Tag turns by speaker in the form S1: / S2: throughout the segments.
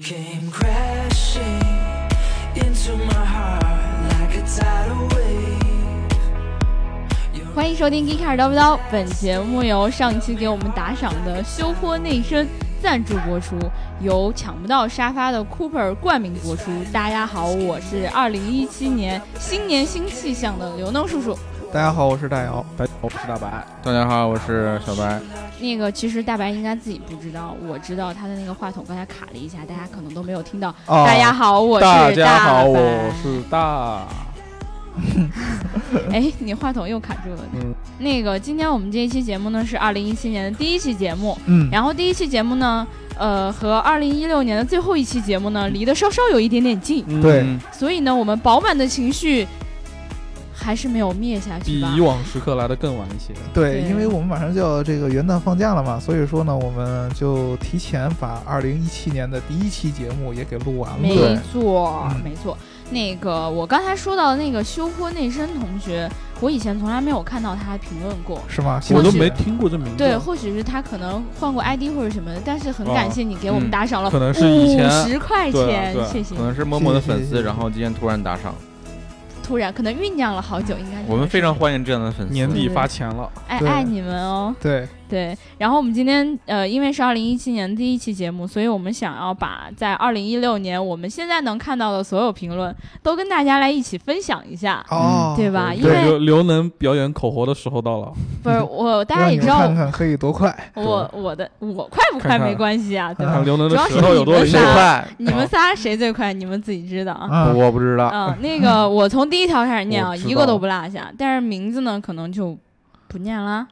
S1: came crashing into my heart like a tidal wave. Your
S2: 欢迎收听《g e e k a 叨不叨》，本节目由上期给我们打赏的修坡内参赞助播出，由抢不到沙发的 Cooper 冠名播出。大家好，我是2017年新年新气象的刘能叔叔。
S3: 大家好，我是大姚，大家好，我是大白。
S4: 大家好，我是小白。
S2: 那个其实大白应该自己不知道，我知道他的那个话筒刚才卡了一下，大家可能都没有听到。
S3: 啊
S2: 大家好，我是
S4: 大
S2: 白。
S4: 家好，我 是大。
S2: 哎，你话筒又卡住了。
S3: 嗯
S2: 那个，今天我们这一期节目呢是2017年的第一期节目，
S3: 嗯，
S2: 然后第一期节目呢，呃，和二零一六年的最后一期节目呢，离得稍稍有一点点近，
S3: 对
S4: 嗯
S2: 所以呢，我们饱满的情绪还是没有灭下去
S4: 比
S2: 吧
S4: 以。往时刻来的更晚一些。
S3: 对，
S2: 对
S3: 因为我们马上就要这个元旦放假了嘛，所以说呢，我们就提前把二零一七年的第一期节目也给录完了。
S2: 没错
S3: 嗯，
S2: 没错。那个我刚才说到的那个修坡内生同学，我以前从来没有看到他评论过。
S3: 是吗？
S4: 我都没听过这名字。
S2: 对，或许是他可能换过 ID 或者什么的，但是很感谢你给我们
S4: 嗯
S2: 打赏了
S4: 可能是以
S2: 五
S4: 前
S2: 十块
S4: 对啊
S2: 钱
S4: 对，啊
S2: 谢谢
S5: 可。能是默默的粉
S3: 谢谢谢
S5: 丝，
S3: 谢
S5: 然后今天突然打赏，
S2: 突然，可能酝酿了好久，应该是
S5: 我们非常欢迎这样的粉丝。
S4: 年底发钱了，
S2: 爱
S3: 对
S2: 爱你们哦。
S3: 对，
S2: 对，然后我们今天呃，因为是二零一七年第一期节目，所以我们想要把在二零一六年我们现在能看到的所有评论都跟大家来一起分享一下，
S3: 哦，
S2: 对吧？
S5: 对
S2: 因为
S4: 刘刘能表演口活的时候到 了。
S2: 不是我，大家
S3: 让
S2: 也
S3: 你
S2: 知
S3: 们
S2: 道
S3: 看看可以多 快。
S2: 我我的我快不快
S4: 看看
S2: 没关系啊，对吧
S4: 看？刘能
S2: 主
S4: 的
S2: 要是
S4: 舌头有多
S2: 你们
S4: 灵
S2: 仨
S4: 活。
S2: 你们仨谁最快？你们自己知道啊。
S3: 啊，
S5: 我不知道，
S2: 嗯，那个我从第一条开始念啊，
S5: 我知道
S2: 一个都不落下，但是名字呢可能就不念啦，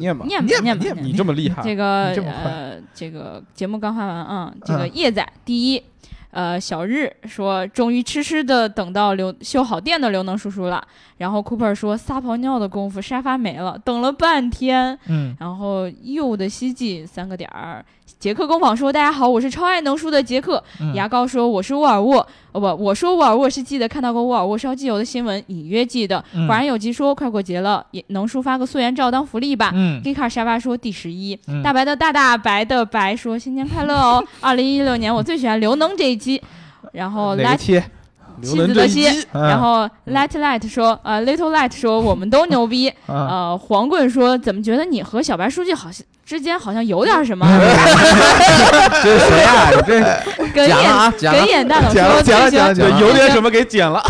S4: 念吧，
S2: 念吧
S3: 念吧
S2: 念吧
S3: 念吧
S2: 念吧
S4: 你这么厉害，
S2: 这个
S3: 啊你这么快
S2: 呃，这个节目刚发完啊、这个
S3: 嗯
S2: 叶仔第一，呃，小日说终于痴痴的等到刘修好电的刘能叔叔了，然后 Cooper 说撒泡尿的功夫沙发没了，等了半天，
S3: 嗯，
S2: 然后又的希冀三个点儿，杰克工坊说大家好，我是超爱能叔的杰克，
S3: 嗯
S2: 牙膏说我是沃尔沃，哦不，我说沃尔沃是记得看到过沃尔沃烧机油的新闻，隐约记得，
S3: 嗯
S2: 果然有集说快过节了，也能叔发个素颜照当福利吧。
S3: 嗯
S2: g i k a 沙发说第十一，
S3: 嗯
S2: 大白的大大白的白说新年快乐 哦！二零一六年我最喜欢刘能这一期，然后
S3: 哪个
S2: Let
S3: 期？
S4: 刘
S2: 妻
S4: 能
S2: 子
S4: 这
S2: 的
S4: 一
S2: 妻
S4: 击，
S3: 嗯
S2: 然后 Light Light 说呃 Little Light 说我们都牛 逼，
S3: 啊，
S2: 呃黄棍说怎么觉得你和小白书记好像之间好像有点 什么？
S5: 这是谁呀？你 这
S2: 哽
S5: 讲了
S2: 咽
S5: 啊，讲了
S2: 哽。咽蛋冷
S3: 讲了
S2: 说
S3: 讲了
S2: 最喜欢
S3: 讲了讲了
S4: 对，有点什么给剪了。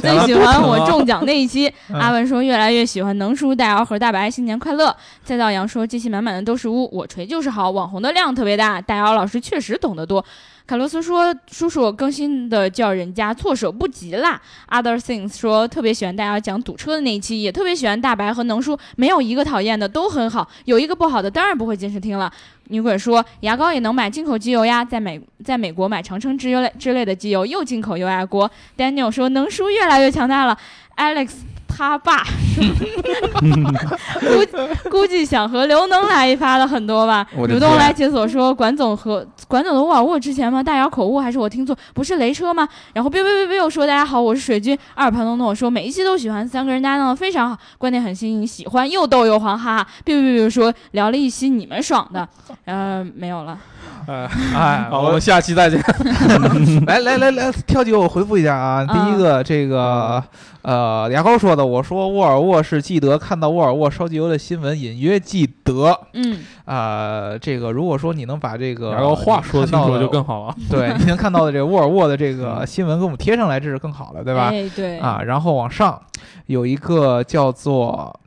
S2: 最喜欢我中奖那一期。
S3: 嗯
S2: 阿文说越来越喜欢能叔、大姚和大白，新年快乐。再到杨说机器满满的都是污，我锤就是好，网红的量特别大。大姚老师确实懂得多。卡洛斯说：“叔叔更新的叫人家措手不及啦。” Other things 说特别喜欢大家讲堵车的那一期，也特别喜欢大白和能叔，没有一个讨厌的，都很好。有一个不好的，当然不会坚持听了。女鬼说牙膏也能买进口机油呀，在美在美国买长城之油类之类的机油，又进口又爱国。Daniel 说能叔越来越强大了，Alex 他爸估计估计想和刘能来一发的很多吧。
S5: 我的
S2: 主动
S5: 天
S2: 来解锁说管总和管总的沃尔沃之前吗？大姚口误还是我听错？不是雷车吗？然后 biu biu biu biu 说大家好，我是水军。阿尔帕诺诺说每一期都喜欢，三个人搭档的非常好，观点很新颖，喜欢又逗又黄，哈哈。biu biu biu 说聊了一期你们爽的，呃，没有了。
S4: 哎，
S3: 哎，
S4: 好，我们下期再见。
S3: 来来来来，跳几个我回复一下啊。
S2: 嗯
S3: 第一个，这个呃，牙膏说的，我说沃尔沃是记得看到沃尔沃烧机油的新闻，隐约记得
S2: 嗯，
S3: 啊、这个如果说你能把这个
S4: 然后话说清楚就更嗯
S3: 好，
S4: 好 了。
S3: 对，你能看到的这个沃尔沃的这个新闻给我们贴上来，这是更好了，对吧？
S2: 哎，对，
S3: 啊，然后往上有一个叫做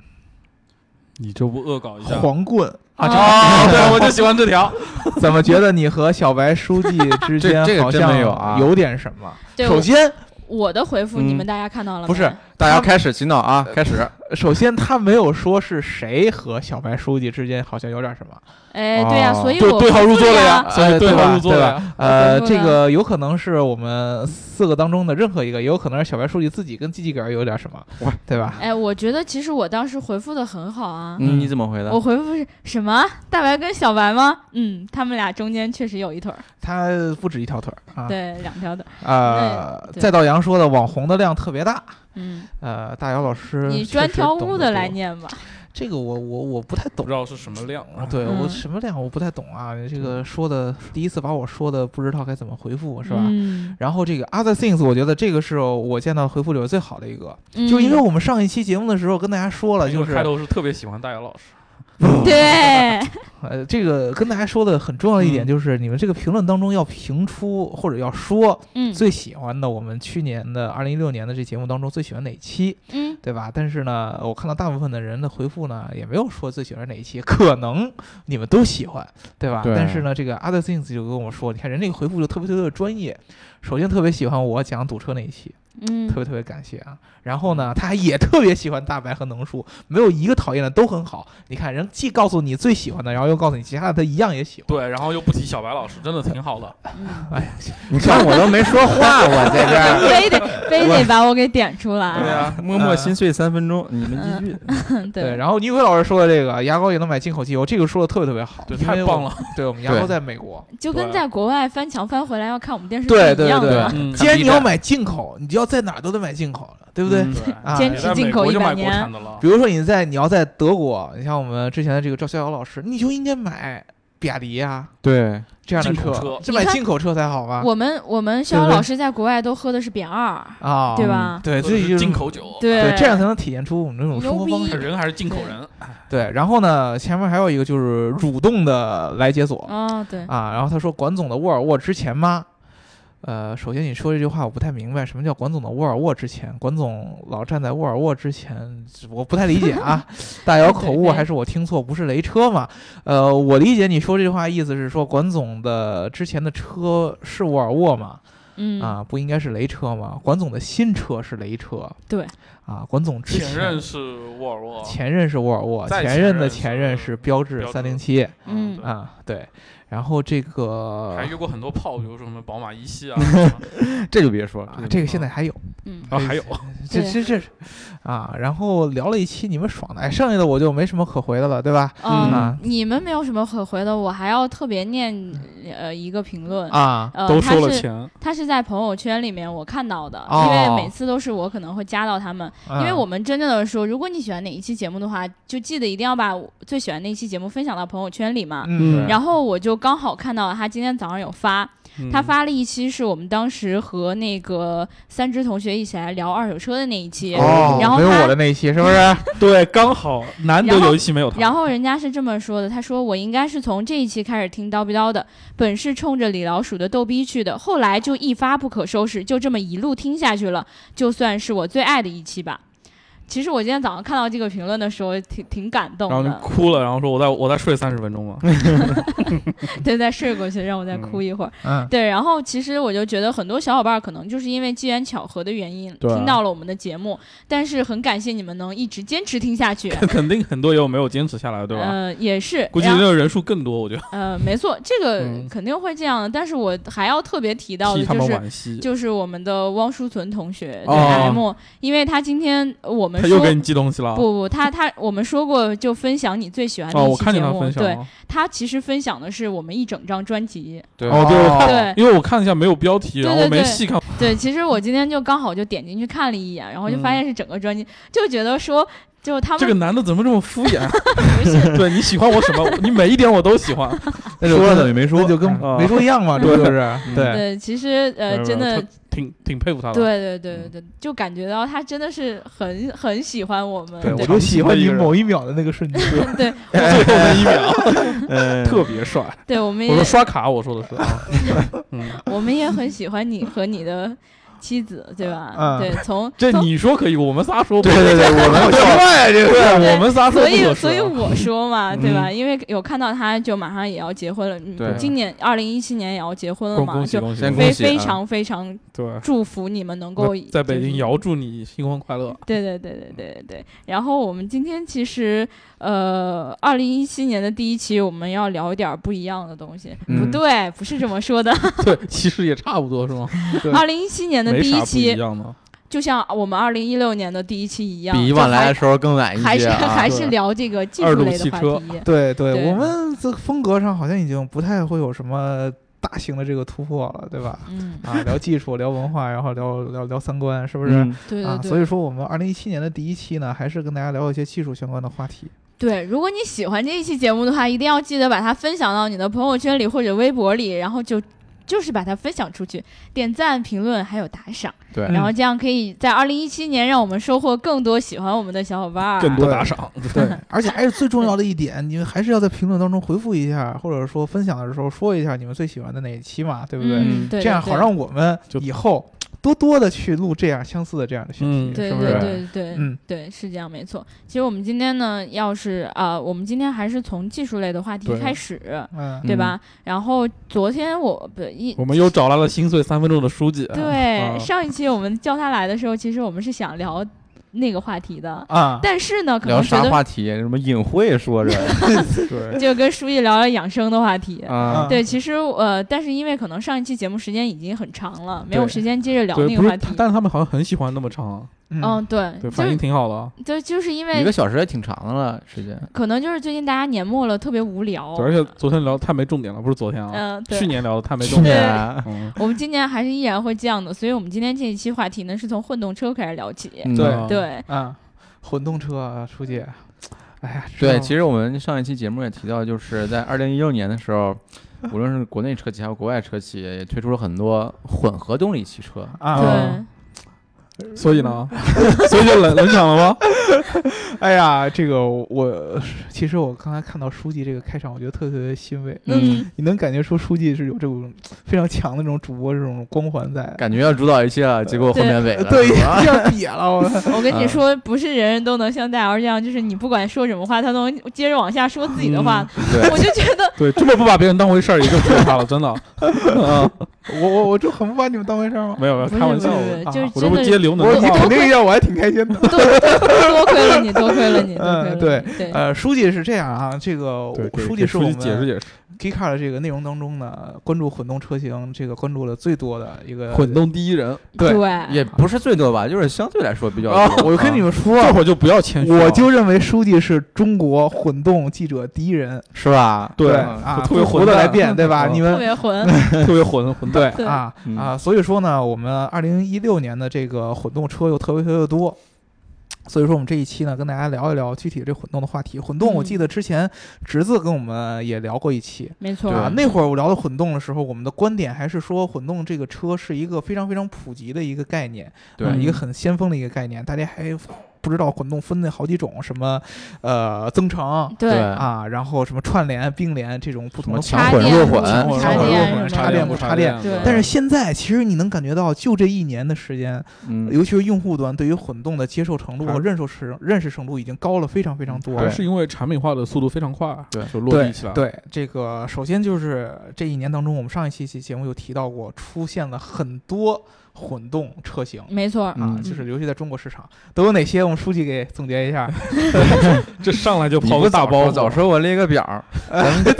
S4: 你这不恶搞一 下？
S3: 黄棍。
S2: 啊
S4: 哦，对，我 就喜欢这条。
S3: 怎么觉得你和小白书记 之间
S5: 这这个
S3: 好
S5: 真
S3: 像
S5: 没有啊
S3: 有点什么？
S2: 对，
S3: 首
S2: 我
S3: 先，
S2: 我的回复你
S5: 嗯
S2: 们大家看到了吗
S3: 不是，
S5: 大
S2: 嗯
S5: 家开始洗脑啊，开始。
S3: 呃首先他没有说是谁和小白书记之间好像有点什么。
S2: 哎，对呀，
S5: 哦
S2: 所以
S4: 就
S2: 我
S4: 对号
S2: 回
S4: 入
S2: 复
S4: 座了
S2: 呀
S4: 呀，所以
S3: 呃
S4: 对
S3: 对吧
S4: 号入座
S3: 对
S4: 了
S3: 吧
S4: 呀。
S3: 呃，
S2: 怎么说
S3: 这
S2: 呢
S3: 个有可能是我们四个当中的任何一个，也有可能是小白书记自己跟机器狗有点什么
S5: 哇，
S3: 对吧？
S2: 哎，我觉得其实我当时回复的很好啊。
S5: 嗯你怎么回的
S2: 我？回复是什么？大白跟小白吗？嗯，他们俩中间确实有一腿儿，
S3: 他不止一条腿儿啊。
S2: 对，两条腿儿。
S3: 呃，
S2: 对
S3: 再到杨说的网红的量特别大，
S2: 嗯，
S3: 呃，大姚老师
S2: 你
S3: 确
S2: 专
S3: 实
S2: 挑
S3: 懂
S2: 污
S3: 得
S2: 的
S3: 多
S2: 来念吧。
S3: 这个我我我不太
S4: 不
S3: 懂
S4: 知。道是什么量
S3: 啊
S4: 啊，
S3: 对我
S2: 嗯
S3: 什么量我不太懂啊，这个说的第一次把我说的不知道该怎么回复是吧？
S2: 嗯，
S3: 然后这个 other things，我觉得这个是我见到回复里边最好的一个，
S2: 嗯
S3: 就因为我们上一期节目的时候跟大家说了，就
S4: 因为开
S3: 是
S4: 头是特别喜欢大姚老师，
S2: 嗯对，
S3: 呃，这个跟大家说的很重要的一点
S4: 嗯
S3: 就是，你们这个评论当中要评出或者要说
S2: 嗯
S3: 最喜欢的我们去年的二零一六年的这节目当中最喜欢哪一期，
S2: 嗯
S3: 对吧？但是呢，我看到大部分的人的回复呢，也没有说最喜欢哪一期，可能你们都喜欢，对吧？
S5: 对
S3: 但是呢，这个 other things 就跟我说，你看人这个回复就特别特别的专业，首先特别喜欢我讲堵车那一期，特
S2: 嗯，
S3: 别特别感谢啊。然后呢，他还也特别喜欢大白和能叔，没有一个讨厌的，都很好。你看，人既告诉你最喜欢的，然后又告诉你其他的，他一样也喜欢。哎
S4: 对，然后又不提小白老师，真的挺好的。
S2: 嗯
S5: 你看我都没说话，我在这 儿。
S2: 非得非得把我给点出
S5: 啊对
S2: 来，
S5: 啊，默默心碎三分钟，你们继续。
S2: 嗯
S3: 对，，然后倪奎老师说的这个牙膏也能买进口机油，这个说的特别特别好，
S4: 对，
S3: 因为
S4: 太
S3: 我
S4: 棒了。。
S3: 对我们牙膏在美国，
S2: 就跟在国外翻墙翻回来要看我们电视剧
S3: 对
S2: 一
S3: 对
S2: 样的
S3: 对
S2: 嘛，
S4: 嗯
S3: 既然你要买进口，你就要在哪儿都得买进口的，对不对？
S4: 嗯
S3: 啊
S2: 坚持进口
S4: 别在美国就
S2: 100
S4: 买
S2: 年
S4: 国产的了
S3: 比。如说你在你要在德国，你像我们之前的这个赵逍遥老师，你就应该买比亚迪啊
S5: 对，
S3: 这样的
S4: 进口车
S3: 这买
S2: 你看
S3: 进口车才好吧？
S2: 我们我们肖
S3: 对
S2: 遥
S3: 不对
S2: 老师在国外都喝的是扁二，
S3: 啊，
S2: 对吧？
S3: 对，
S4: 都
S3: 这就是
S4: 进口酒，
S2: 对
S3: 对，这样才能体现出我们这种生活方式。
S4: 人还是进口人，
S3: 对，然后呢，前面还有一个就是蠕动的来解锁
S2: 哦，对，
S3: 啊。然后他说：“管总的沃尔沃之前吗？”呃，首先你说这句话我不太明白，什么叫管总的沃尔沃之前？管总老站在沃尔沃之前，我不太理解 啊。大姚口误
S2: 对
S3: 还是我听错？不是雷车嘛？呃，我理解你说这句话意思是说管总的之前的车是沃尔沃嘛？
S2: 嗯，
S3: 啊，不应该是雷车吗？管总的新车是雷车。
S2: 对。
S3: 啊，管总之
S4: 前
S3: 前
S4: 任是沃尔沃，
S3: 前任是沃尔沃，
S4: 再
S3: 前
S4: 前
S3: 任的
S4: 任
S3: 前
S4: 是
S3: 任是标致
S4: 标致
S3: 三零七
S2: 嗯
S4: 对
S3: 啊，对。然后这个
S4: 还约过很多炮，比如说什么宝马一 系啊，什么
S5: 这就别说了
S3: 啊，这个现在还有，
S2: 嗯，
S4: 啊还有
S3: 这
S2: 对
S3: 这这啊，然后聊了一期你们爽的，哎，剩下的我就没什么可回的了，对吧？
S2: 嗯
S3: 啊，
S2: 你们没有什么可回的，我还要特别念呃一个评论。
S3: 啊，
S2: 呃，
S4: 都
S2: 他
S4: 收了
S2: 是
S4: 钱，
S2: 他是在朋友圈里面我看到的，
S3: 哦
S2: 因为每次都是我可能会加到他们，因为
S3: 嗯
S2: 我们真正的说，如果你喜欢哪一期节目的话，就记得一定要把最喜欢那一期节目分享到朋友圈里嘛。
S3: 嗯
S5: 嗯
S2: 然后我就刚好看到他今天早上有发，他
S4: 嗯
S2: 发了一期是我们当时和那个三只同学一起来聊二手车的那一期，
S3: 哦，
S2: 然后
S3: 没有
S2: 他
S3: 我的那一期 是不是？
S4: 对，刚好难得
S2: 然后
S4: 有一期没有他，
S2: 然后人家是这么说的，他说我应该是从这一期开始听叨逼叨的，本是冲着李老鼠的逗逼去的，后来就一发不可收拾，就这么一路听下去了，就算是我最爱的一期吧。其实我今天早上看到这个评论的时候，挺挺感动
S4: 然后就
S2: 的，
S4: 哭了，然后说我再我再睡三十分钟吧，
S2: 对，再睡过去，让我再哭一会儿。
S3: 嗯，
S2: 对，然后其实我就觉得很多小伙伴可能就是因为机缘巧合的原因
S4: 对啊
S2: 听到了我们的节目，但是很感谢你们能一直坚持听下去，
S4: 肯定很多也有没有坚持下来的，对吧？
S2: 呃，也是，
S4: 估计
S2: 然后
S4: 那个人数更多，我觉得
S2: 呃，没错，这个
S4: 嗯
S2: 肯定会这样的。但是我还要特别提到的
S4: 替他
S2: 就
S4: 们
S2: 是，
S4: 惋惜。
S2: 就是我们的汪书存同学对
S4: 哦
S2: M，因为他今天我们
S4: 他
S2: 说
S4: 又给你寄东西了，
S2: 不不，他他我们说过就分享你最喜欢的
S4: 哦，
S2: 一
S4: 我
S2: 期
S4: 看
S2: 节
S4: 见他
S2: 目，
S4: 分享
S2: 对
S4: 了，
S2: 他其实分享的是我们一整张专辑。
S5: 对啊
S3: 哦对我看
S2: 对
S4: 因为我看了一下没有标
S2: 对
S4: 题，然后我
S2: 对
S4: 没
S2: 对
S4: 细看，
S2: 对，其实我今天就刚好就点进去看了一眼，然后就发
S4: 嗯
S2: 现是整个专辑，就觉得说就他们
S4: 这个男的怎么这么敷衍？
S2: 不是
S4: 对你喜欢我什么？你每一点我都喜欢。
S3: 那就
S5: 说了
S3: 跟
S5: 等于没说
S3: 那就跟
S4: 嗯
S3: 没说嗯一样嘛，这不就是？对，
S2: 对，其实
S4: 没有没
S2: 呃，
S4: 有
S2: 真的
S4: 他挺挺佩服他的。嗯
S2: 对对对对对，就感觉到他真的是很很喜欢我们。
S3: 对，我
S4: 对
S3: 就喜欢你某一秒的那个瞬间。
S2: 对
S4: 最后那一秒
S5: 呃
S4: 特别帅。
S2: 对，我们
S4: 我说
S2: 也
S4: 刷卡，我说的是啊， 嗯，
S2: 我们也很喜欢你和你的妻子，对吧？
S3: 嗯
S2: 对，从
S4: 这
S2: 从
S4: 你说可以，我们仨说不
S5: 对对对，我们
S3: 帅这个，
S4: 对我们仨
S2: 所
S4: 说不合
S2: 以
S4: 适啊
S2: 所以我说嘛，对吧？
S4: 嗯
S2: 因为有看到他就马上也要结婚了，
S5: 对
S2: 嗯，今年二零一七年也要结婚了
S4: 恭
S2: 嘛，
S4: 恭喜
S2: 嗯就
S4: 恭喜！
S5: 先
S2: 非
S5: 恭喜啊
S2: 非常非常
S4: 对，
S2: 祝福你们能够
S4: 在北
S2: 就是
S4: 京遥祝你新婚快 乐。
S2: 对对对对对对对。然后我们今天其实，呃，二零一七年的第一期我们要聊一点儿不一样的东西，
S5: 嗯
S2: 不对，不是这么说的。
S4: 对，其实也差不多是吗？对
S2: 二零一七年的
S4: 没
S2: 第
S4: 啥不一
S2: 期，
S4: 样的。
S2: 就像我们二零一六年的第一期一样，
S5: 比以
S2: 就
S5: 往来的
S2: 还
S5: 时候更
S3: 哎
S5: 晚一些、啊，
S2: 还是还是
S4: 对
S2: 聊这个技
S4: 二
S2: 术
S4: 路
S2: 类的
S4: 汽
S2: 话
S4: 车
S2: 题。
S3: 对对，
S2: 对
S3: 我们这个风格上好像已经不太会有什么大型的这个突破了，对吧？
S2: 嗯，
S3: 啊，聊技术，聊文化，然后聊聊聊三观，是不
S4: 不
S5: 嗯
S3: 是？
S2: 对对
S3: 啊，
S2: 对。
S3: 所以说我们二零一七年的第一期呢，还是跟大家聊一些技术相关的话题。
S2: 对，如果你喜欢这一期节目的话，一定要记得把它分享到你的朋友圈里或者微博里，然后就就是把它分享出去，点赞、评论还有打赏，
S5: 对
S3: 嗯
S2: 然后这样可以在二零一七年让我们收获更多喜欢我们的小伙伴儿。
S3: 多打
S4: 赏，
S3: 对，而且还是最重要的一点，你们还是要在评论当中回复一下，或者说分享的时候说一下你们最喜欢的哪一期嘛，对不对？
S2: 嗯、对
S3: 这样好让我们
S4: 就
S3: 以后多多的去录这样相似的这样的选题，
S4: 嗯
S2: 对
S3: 是不
S2: 对
S3: 是？
S2: 对对，
S3: 嗯，
S2: 对，是这样，没错。其实我们今天呢，要是啊、呃我们今天还是从技术类的话题
S4: 对
S2: 开始，对
S3: 嗯，
S2: 吧？然后昨天我不一
S4: 我们又找来了心碎三分钟的书记，
S2: 对、
S4: 啊
S2: 上一期我们叫他来的时候，其实我们是想聊那个话题的，
S3: 啊，
S2: 但是呢，可
S5: 聊
S2: 能觉
S5: 啥
S2: 得
S5: 话题？什么隐晦说着
S4: 对，
S2: 就跟书记聊聊养生的话题。
S5: 啊？
S2: 对，其实呃，但是因为可能上一期节目时间已经很长了，没有
S4: 对
S2: 时间接着聊那
S4: 对，
S2: 个
S4: 不
S2: 话
S4: 是
S2: 题
S4: 他，。但是他们好像很喜欢那么长，
S2: 嗯，对，
S4: 对，
S2: 就
S4: 反应
S2: 是
S4: 挺好的啊，
S2: 就就是因
S5: 一
S2: 为
S5: 个小时也挺长的了，时 间。
S2: 可能就是最近大家年末了，特别无聊。
S4: 对而且昨天聊太没重点了，不是昨天啊，
S2: 哦嗯，对
S4: 去，年聊的太没
S5: 去
S4: 重点了，
S5: 年
S4: 嗯，
S2: 我们今年还是依然会这样的，所以我们今天这一期话题呢是从混动车开始聊起。
S5: 嗯
S4: 对
S5: 啊
S2: 对，
S3: 啊，混动车啊，书记，哎呀，知道
S5: 对，其实我们上一期节目也提到，就是在二零一六年的时候，无论是国内车企还有国外车企，也推出了很多混合动力汽车。
S3: 啊，
S2: 对，嗯
S4: 所以呢，所以就冷冷场了吗？
S3: 哎呀，这个我 其实我刚才看到书记这个开场，我觉得特别特别欣慰，
S2: 嗯，
S3: 你能感觉出书记是有这种非常强的这种主播这种光环在，呃
S5: 感觉要主导一切了，结果后面萎了。
S3: 对，
S5: 是吧
S3: 这样瘪了，我
S2: 我跟你说，不是人人都能像戴瑶这样，就是你不管说什么话，他都能接着往下说自己的话，我 就
S5: 对，
S2: 觉 得
S4: 对，这么不把别人当回事儿，也就服他了，真的。啊，
S3: 我我我就很不把你们当回事儿吗？
S4: 没有没有，
S2: 不是
S4: 开玩笑
S2: 不
S4: 的，
S2: 是，
S3: 啊
S2: 就是
S4: 我这不
S2: 真
S4: 接
S2: 的
S4: 刘能
S3: 我
S4: 的
S3: 你
S4: 话
S3: 肯
S4: 吗？
S3: 定让我还挺开心的。
S2: 多多亏了你，多亏了你，多亏了
S3: 嗯
S2: 你，
S3: 对
S2: 对，
S3: 呃，书记是这样啊，这个
S4: 对，对
S3: 书
S4: 给
S3: 记是我们
S4: 解释解释，
S3: Geekcar 的这个内容当中呢，关注混动车型这个关注了最多的一个
S4: 混。动第一人，
S3: 对
S5: 也不是最多吧，就是相对来说比较
S3: 啊
S5: 多。！
S3: 我跟你
S5: 啊
S3: 们说，
S4: 这会 儿就不要谦虚了，
S3: 我就认为书记是中国混动记者第一人。
S5: 是吧？
S4: 对
S3: 啊，
S4: 特别混
S3: 活的
S4: 蛋
S3: 来辩，对吧？
S4: 嗯
S3: 你
S2: 特
S3: 们
S2: 别混，
S4: 特别混混蛋。
S2: 对
S3: 啊
S5: 嗯
S3: 啊，所以说呢，我们二零一六年的这个混动车又特别特别多。所以说，我们这一期呢，跟大家聊一聊具体这混动的话题。混动，
S2: 嗯
S3: 我记得之前侄子跟我们也聊过一期，
S2: 没错
S5: 对
S3: 啊，那会儿我聊到混动的时候，我们的观点还是说混动这个车是一个非常非常普及的一个概念，
S5: 对
S3: 啊一
S2: 嗯
S3: 个很先锋的一个概念，大家还不知道混动分那好几种，什么呃增程
S2: 对
S3: 啊，然然后什么串联、并联这种不
S5: 什
S3: 同
S5: 么
S3: 的
S5: 强
S2: 插
S5: 混
S2: 电
S5: 弱混，
S2: 插电
S3: 插
S2: 电什么
S3: 插电不插电
S2: 对
S3: 但是
S4: 嗯
S3: 现在其实你能感觉到，就这一年的时间，
S5: 嗯，
S3: 尤其是用户端对于混动的接受程度
S4: 还
S3: 和认受程认识程度已经高了非常非常多
S4: 还
S3: 了。
S4: 是因为产品化的速度非常快，
S5: 对
S4: 就落
S3: 对
S4: 地起来。，
S3: 对，这个首先就是这一年当中，我们上一期期节目就提到过，出现了很多混动车型。
S2: 没错，
S3: 啊，
S5: 嗯
S3: 就是尤其在中国市场都有哪些？我们书记给总结一 下。
S4: 这上来就
S5: 你
S4: 跑
S5: 不
S4: 个大
S5: 早
S4: 包
S5: 说，早说我列个表 儿，咱们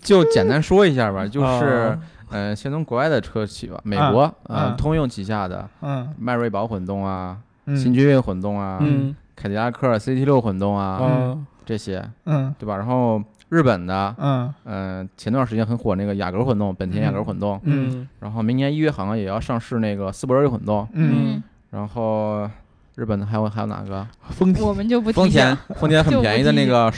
S5: 就简单说一下 吧。就是
S4: 啊，
S5: 呃，先从国外的车企吧，美国，呃，
S3: 嗯
S5: 通用旗下的
S3: 嗯
S5: 迈锐宝混动啊，新
S3: 嗯
S5: 君越混动啊，
S4: 嗯
S5: 凯迪拉克 CT 六混动啊，
S4: 啊
S5: 这些
S3: 嗯
S5: 对吧？然后日本的，
S3: 嗯
S5: 嗯，前段时间很火那个雅阁混动，本田雅阁混动，
S3: 嗯
S4: 嗯
S5: 然后明年一月好像也要上市那个斯铂瑞混动，
S3: 嗯，
S5: 然后日本的还有还有哪个？
S3: 嗯丰
S2: 我
S3: 田
S2: 们 就不提
S5: 丰田
S2: 了，
S5: 丰田很便宜的那个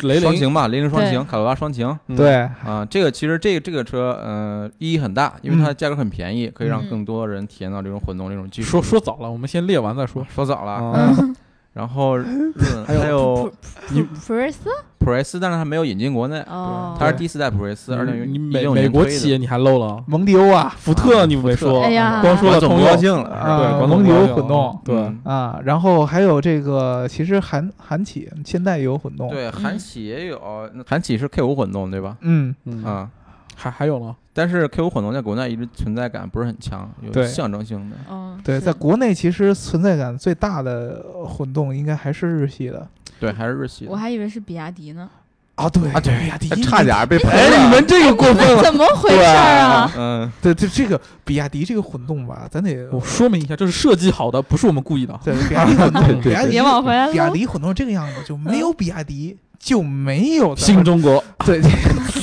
S4: 雷
S5: 双
S4: 凌
S5: 擎吧，雷凌双
S2: 对
S5: 擎，卡罗拉双擎。
S4: 嗯
S3: 对，
S5: 啊、这个其实这个这个车，呃，意义很大，因为它价格很便宜，可以让
S2: 嗯
S5: 更多人体验到这种混动这种技术。
S4: 说说早了，我们先列完再说。
S5: 说早了，
S4: 啊，
S5: 然后日本还
S2: 普
S5: 有
S2: 普普普锐斯
S5: 普锐斯，但是它没有引进国内，
S2: 哦，
S5: 它是第四代普锐斯，二零
S4: 你
S5: 一
S4: 嗯美
S5: 六
S4: 美
S5: 年
S4: 国
S5: 推
S4: 企
S5: 的。
S4: 业你还漏了，
S3: 蒙迪欧啊
S4: 福特你没说
S2: 哎，呀，
S4: 光说
S5: 我
S4: 了
S5: 总
S4: 通
S5: 不
S4: 用
S5: 高兴了，
S3: 啊
S4: 对，广东
S3: 蒙迪
S4: 高
S3: 欧
S4: 兴
S3: 混动
S4: 对，
S5: 嗯
S3: 啊，然后还有这个，其实韩韩企现在也有混动。，
S5: 对，韩企也有，那韩企是 K 五混动对吧？
S3: 嗯，
S4: 嗯，
S5: 啊、
S4: 还还有呢，
S5: 但是 K 五混动在国内一直存在感不是很强，有
S3: 对
S5: 象征性的。
S2: 嗯，
S3: 对，
S2: 是
S3: 在国内其实存在感最大的呃混动应该还是日系的
S5: 对，还是日系的
S2: 我。还以为是比亚迪呢，
S3: 啊，对
S5: 啊对
S3: 比亚迪
S5: 差点儿被喷了。
S4: 哎，你们这个过分了。
S2: 怎么回事儿啊？
S5: 嗯，
S3: 对这这个比亚迪这个混动吧，咱得
S4: 我说明一下，这是设计好的，不是我们故意的。
S3: 对比亚迪混动，
S4: 对对
S3: 比亚迪
S2: 别往回来
S3: 比亚
S2: 了，
S3: 迪混动这个样子就没有比亚迪就没有咱
S4: 新
S3: 们
S4: 中国，
S3: 对，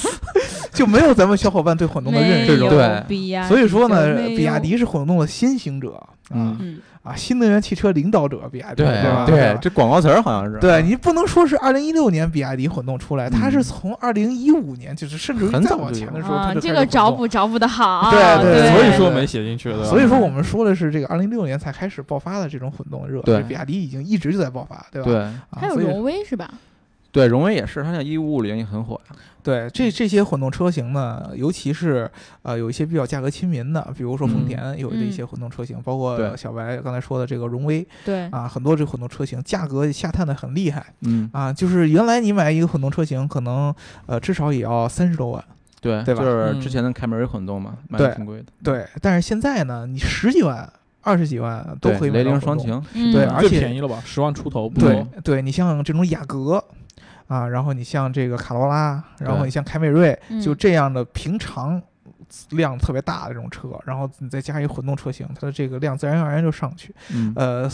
S3: 就没有咱们小伙伴对混动的认
S2: 没
S3: 知。
S2: 有
S5: 对
S2: 比亚迪，
S3: 所以说呢
S2: 没，有
S3: 比亚迪是混动的先行者啊
S5: 嗯
S2: 嗯，
S3: 啊，新能源汽车领导者，比亚迪
S5: 对
S3: 吧？
S5: 对，
S3: 吧
S5: 这广告词儿好像是
S3: 对你不能说是二零一六年比亚迪混动出来，它是
S5: 嗯
S3: 从二零一五年，就是甚至于
S5: 很
S3: 再
S5: 早
S3: 往
S5: 就
S3: 前
S5: 有
S3: 的时候，它
S2: 啊，
S3: 就
S2: 这
S3: 开
S2: 个
S3: 始
S2: 找
S3: 混动
S2: 补找补的好，
S3: 对对
S2: 啊对，
S4: 所以说没写进去的。
S3: 所以说我们说的是这个二零六年才开始爆发的这种混动热，
S5: 对
S3: 就比亚迪已经一直就在爆发，对吧？
S5: 对
S3: 啊
S2: 还有
S3: 所以
S2: 荣威是吧？
S5: 对，荣威也是，它像一五五零也很火呀。
S3: 对这这些混动车型呢，尤其是呃有一些比较价格亲民的，比如说丰
S5: 嗯
S3: 田有的一些
S2: 嗯
S3: 混动车型，包括
S5: 对
S3: 小白刚才说的这个荣威
S2: 对，
S3: 啊，很多这个混动车型价格下探的很厉害
S5: 嗯，
S3: 啊，就是原来你买一个混动车型可能呃至少也要三十多万，
S5: 对，
S3: 对吧
S5: 就是
S4: 嗯
S5: 之前的凯美瑞混动嘛，卖
S3: 对
S5: 的挺贵的。
S3: 对，但是现在呢，你十几万、二十几万都
S5: 对
S3: 可以买
S5: 雷
S3: 到
S5: 凌
S3: 混
S5: 双
S3: 动。
S5: 擎，嗯
S2: 嗯
S3: 对
S4: 嗯
S3: 而
S4: 最
S3: 且
S4: 便宜了吧，十万出头不
S3: 对
S4: 多。
S3: 对，你像这种雅阁啊，然后你像这个卡罗拉，然后
S5: 对
S3: 你像凯美瑞，
S2: 嗯
S3: 就这样的平常量特别大的这种车，然后你再加一个混动车型，它的这个量自然而然就上去。
S5: 嗯，
S3: 呃，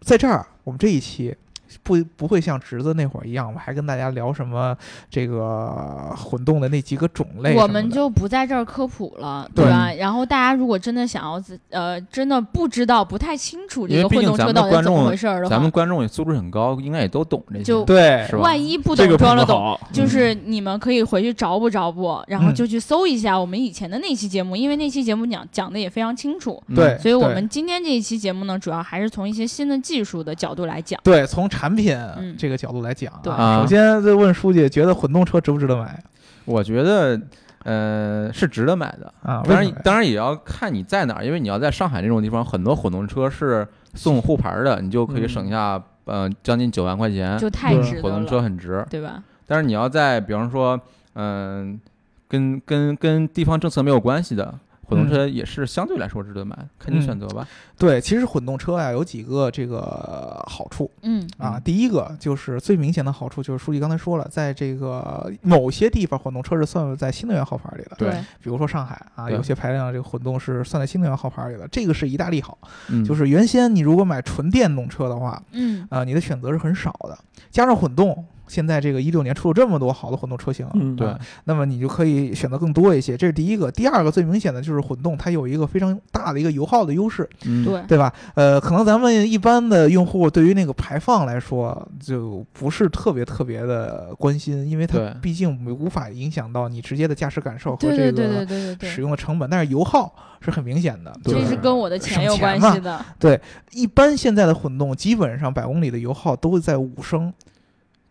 S3: 在这儿我们这一期。不不会像侄子那会儿一样，我们还跟大家聊什么这个混动的那几个种类什么的。
S2: 我们就不在这儿科普了，
S3: 对
S2: 吧？然后大家如果真的想要自呃，真的不知道、不太清楚这
S5: 因
S2: 个
S5: 为毕
S2: 混动
S5: 竟
S2: 车
S5: 咱
S2: 到底
S5: 们观
S2: 是怎么
S5: 众
S2: 回事儿的
S5: 咱
S2: 话
S5: 们，观众也素质很高，应该也都懂这些。
S2: 就
S3: 对
S5: 是吧
S2: 万一不
S4: 这
S2: 懂
S4: 个
S2: 装
S4: 装
S2: 了
S4: 的
S2: 懂，
S4: 好，
S2: 就是你们可以回去找补找补，然后
S3: 嗯
S2: 就去搜一下我们以前的那期节目，因为那期节目讲讲的也非常清楚。
S5: 嗯
S3: 对
S2: 所以我们今天这一期节目呢，主要还是从一些新的技术的角度来讲。
S3: 对从产品
S2: 嗯
S3: 这个角度来讲
S2: 对
S3: 啊，首
S5: 啊
S3: 先就问书记，觉得混动车值不值得买
S5: 我觉得，呃，是值得买的。
S3: 啊？为什
S5: 当然
S3: 么，呀
S5: 当然也要看你在哪儿，因为你要在上海这种地方，很多混动车是送护牌儿的，你就可以
S4: 嗯
S5: 省下呃将近九万块钱。
S2: 就太
S3: 对
S2: 值
S5: 混
S2: 得
S5: 动车
S2: 了，
S5: 很值，
S2: 对吧？
S5: 但是你要在比方说，嗯、跟跟跟地方政策没有关系的混动
S3: 嗯
S5: 车，也是相对来说值得买，看你选择吧。
S3: 对，其实混动车呀、有几个这个好处
S2: 嗯
S3: 啊。
S5: 嗯
S3: 第一个就是最明显的好处，就是书记刚才说了，在这个某些地方，混动车是算在新能源号牌里的，
S5: 对
S3: 比如说上海啊，
S5: 对
S3: 有些排量这个混动是算在新能源号牌里的，这个是一大利好。
S5: 嗯，
S3: 就是原先你如果买纯电动车的话，
S2: 嗯，
S3: 啊、你的选择是很少的，加上混动。现在这个一六年出了这么多好的混动车型，
S4: 嗯
S5: 对
S3: 啊，那么你就可以选择更多一些，这是第一个。第二个最明显的就是混动，它有一个非常大的一个油耗的优势，
S5: 嗯，
S2: 对，
S3: 对吧？呃，可能咱们一般的用户对于那个排放来说，就不是特别特别的关心，因为它
S5: 对
S3: 毕竟没无法影响到你直接的驾驶感受和
S2: 对对
S3: 这
S2: 对对
S3: 个
S2: 对对对
S3: 使，用的成本。但是油耗是很明显的，
S5: 对
S2: 这是跟我的
S3: 省
S2: 钱有
S3: 钱
S2: 关
S3: 嘛
S2: 系的。
S3: 一般现在的混动基本上百公里的油耗都在五升，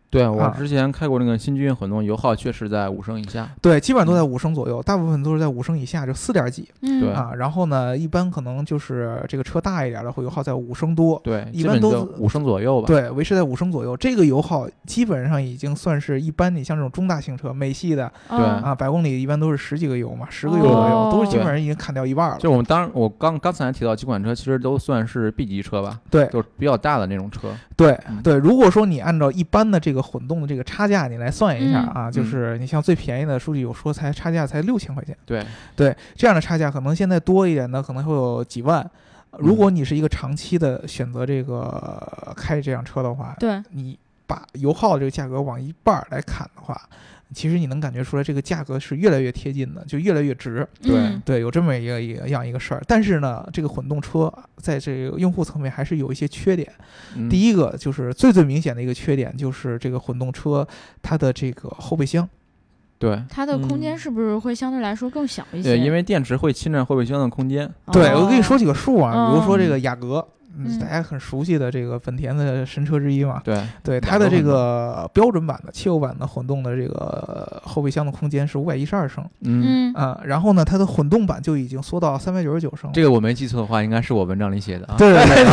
S5: 对我
S3: 啊
S5: 之前开过那个新君越混动，油耗确实在五升以下。
S3: 对，基本上都在五升左右，大部分都是在五升以下，就四点几
S2: 嗯，
S5: 对
S3: 啊。然后呢，一般可能就是这个车大一点的会油耗在五升多，
S5: 对，
S3: 一
S5: 基
S3: 般
S5: 本
S3: 都
S5: 就是五升左右吧。
S3: 对，维持在五升左右。这个油耗基本上已经算是一般，你像这种中大型车，美系的
S2: 嗯
S5: 对
S3: 啊，百公里一般都是十几个油嘛，十个油左右，
S2: 哦
S3: 都是基本上已经砍掉一半了。
S5: 就我们当我刚刚才提到几款车，其实都算是 B 级车吧，
S3: 对
S5: 就是比较大的那种车。
S3: 对
S5: 嗯
S3: 对，如果说你按照一般的这个混动的这个差价，你来算一下啊，就是你像最便宜的，书记有说才差价才六千块钱，
S5: 对，
S3: 对这样的差价，可能现在多一点的可能会有几万。如果你是一个长期的选择这个开这辆车的话，
S2: 对，
S3: 你把油耗这个价格往一半儿来砍的话，其实你能感觉出来这个价格是越来越贴近的，就越来越值。
S5: 对
S2: 嗯
S3: 对，有这么一个一个样一个事儿。但是呢，这个混动车在这个用户层面还是有一些缺点。第
S5: 一，
S3: 一个就是最最明显的一个缺点，就是这个混动车它的这个后备箱。
S5: 对。
S2: 它的空间
S4: 嗯
S2: 是不是会相对来说更小一些？
S5: 对，因为电池会侵占后备箱的空间。
S3: 对，
S2: 哦
S3: 我跟你说，几个数啊，比如说这个雅阁。
S2: 嗯
S3: 嗯，大家很熟悉的这个本田的神车之一嘛，
S5: 对，
S3: 对它的这个标准版的汽油版的混动的这个后备箱的空间是五百一十二升，
S2: 嗯，
S5: 嗯，
S3: 啊、然后呢，它的混动版就已经缩到三百九十九升了。
S5: 这个我没记错的话，应该是我文章里写的啊。
S3: 对对对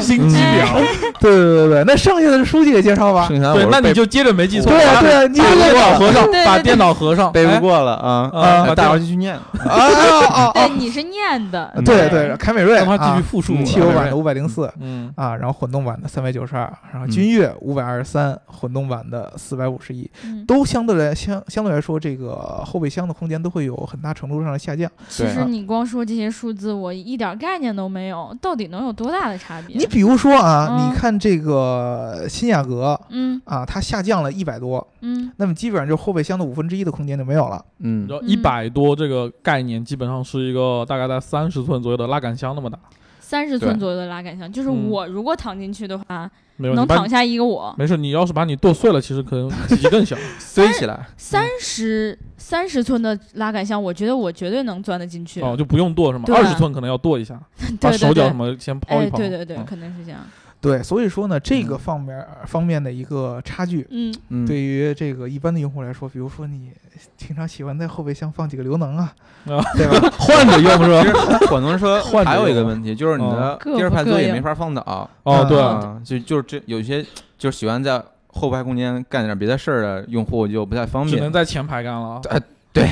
S4: 心机婊。
S3: 对对对，那剩下的书记给介绍吧。
S5: 剩下我
S4: 对
S5: 是，
S4: 那
S5: 背
S4: 你就接着没记错。
S3: 对啊
S4: 把
S3: 对啊，你这
S4: 把电
S3: 个
S4: 脑合上
S2: 对对，
S4: 把
S2: 对
S4: 电脑合上。
S5: 背
S4: 哎
S5: 不过了啊。
S4: 啊
S5: 呃大
S4: 把电
S5: 姚继续念。
S3: 啊啊啊啊！
S2: 对，你是念的，
S5: 嗯
S3: 对对，凯美瑞
S4: 让他继
S3: 啊
S4: 续，复述
S5: 嗯
S4: 了。
S3: 汽油版的五
S5: 对
S3: 百零四
S4: 嗯
S3: 啊，然后混动版的三百九十二，然后君越五百二十三，混动版的四百五十一，
S2: 嗯，
S3: 都相对来相相对来说，这个后备箱的空间都会有很大程度上的下降。
S2: 其实你光说这些数字，我一点概念都没有，到底能有多大的差别？
S3: 你比如说啊，
S2: 嗯
S3: 你看这个新雅阁
S2: 嗯
S3: 啊，它下降了一百多，
S2: 嗯
S3: 那么基本上就是后备箱的五分之一的空间就没有了。
S5: 嗯，
S4: 然后
S2: 嗯
S4: 一百多这个概念基本上是一个大概在三十寸左右的拉杆箱那么大，
S2: 三十寸左右的拉杆箱，就是
S4: 嗯
S2: 我如果躺进去的话，
S4: 没有
S2: 能
S4: 你把
S2: 躺下一个我。
S4: 没事，你要是把你剁碎了，其实可能体积更小。
S5: 堆起来，
S2: 三十三十寸的拉杆箱，我觉得我绝对能钻得进去。
S4: 哦，就不用剁是吗？
S2: 对
S4: 二十寸可能要剁 一下，把
S2: 对
S4: 手
S2: 对
S4: 脚
S2: 对
S4: 什，么先抛
S2: 哎，
S4: 一抛。
S2: 对对对，
S4: 嗯
S2: 可能是这样。
S3: 对，所以说呢，这个方面、方面的一个差距，
S2: 嗯，
S5: 嗯，
S3: 对于这个一般的用户来说，比如说你平常喜欢在后备箱放几个流能啊，
S4: 啊
S3: 对吧？
S4: 换着用是
S5: 其
S4: 吧？
S5: 实混动车
S4: 换着
S5: 还有一个
S4: 用
S5: 问题，就是你的
S2: 各
S5: 第二
S2: 不
S5: 排
S2: 各
S5: 座椅
S2: 样
S5: 没法放倒。
S4: 哦，对，
S2: 啊
S5: 啊，就就是这有些就是喜欢在后排空间干点别的事儿的用户就不太方
S4: 只能
S5: 便。
S4: 在前排干了。
S5: 呃对
S4: 啊，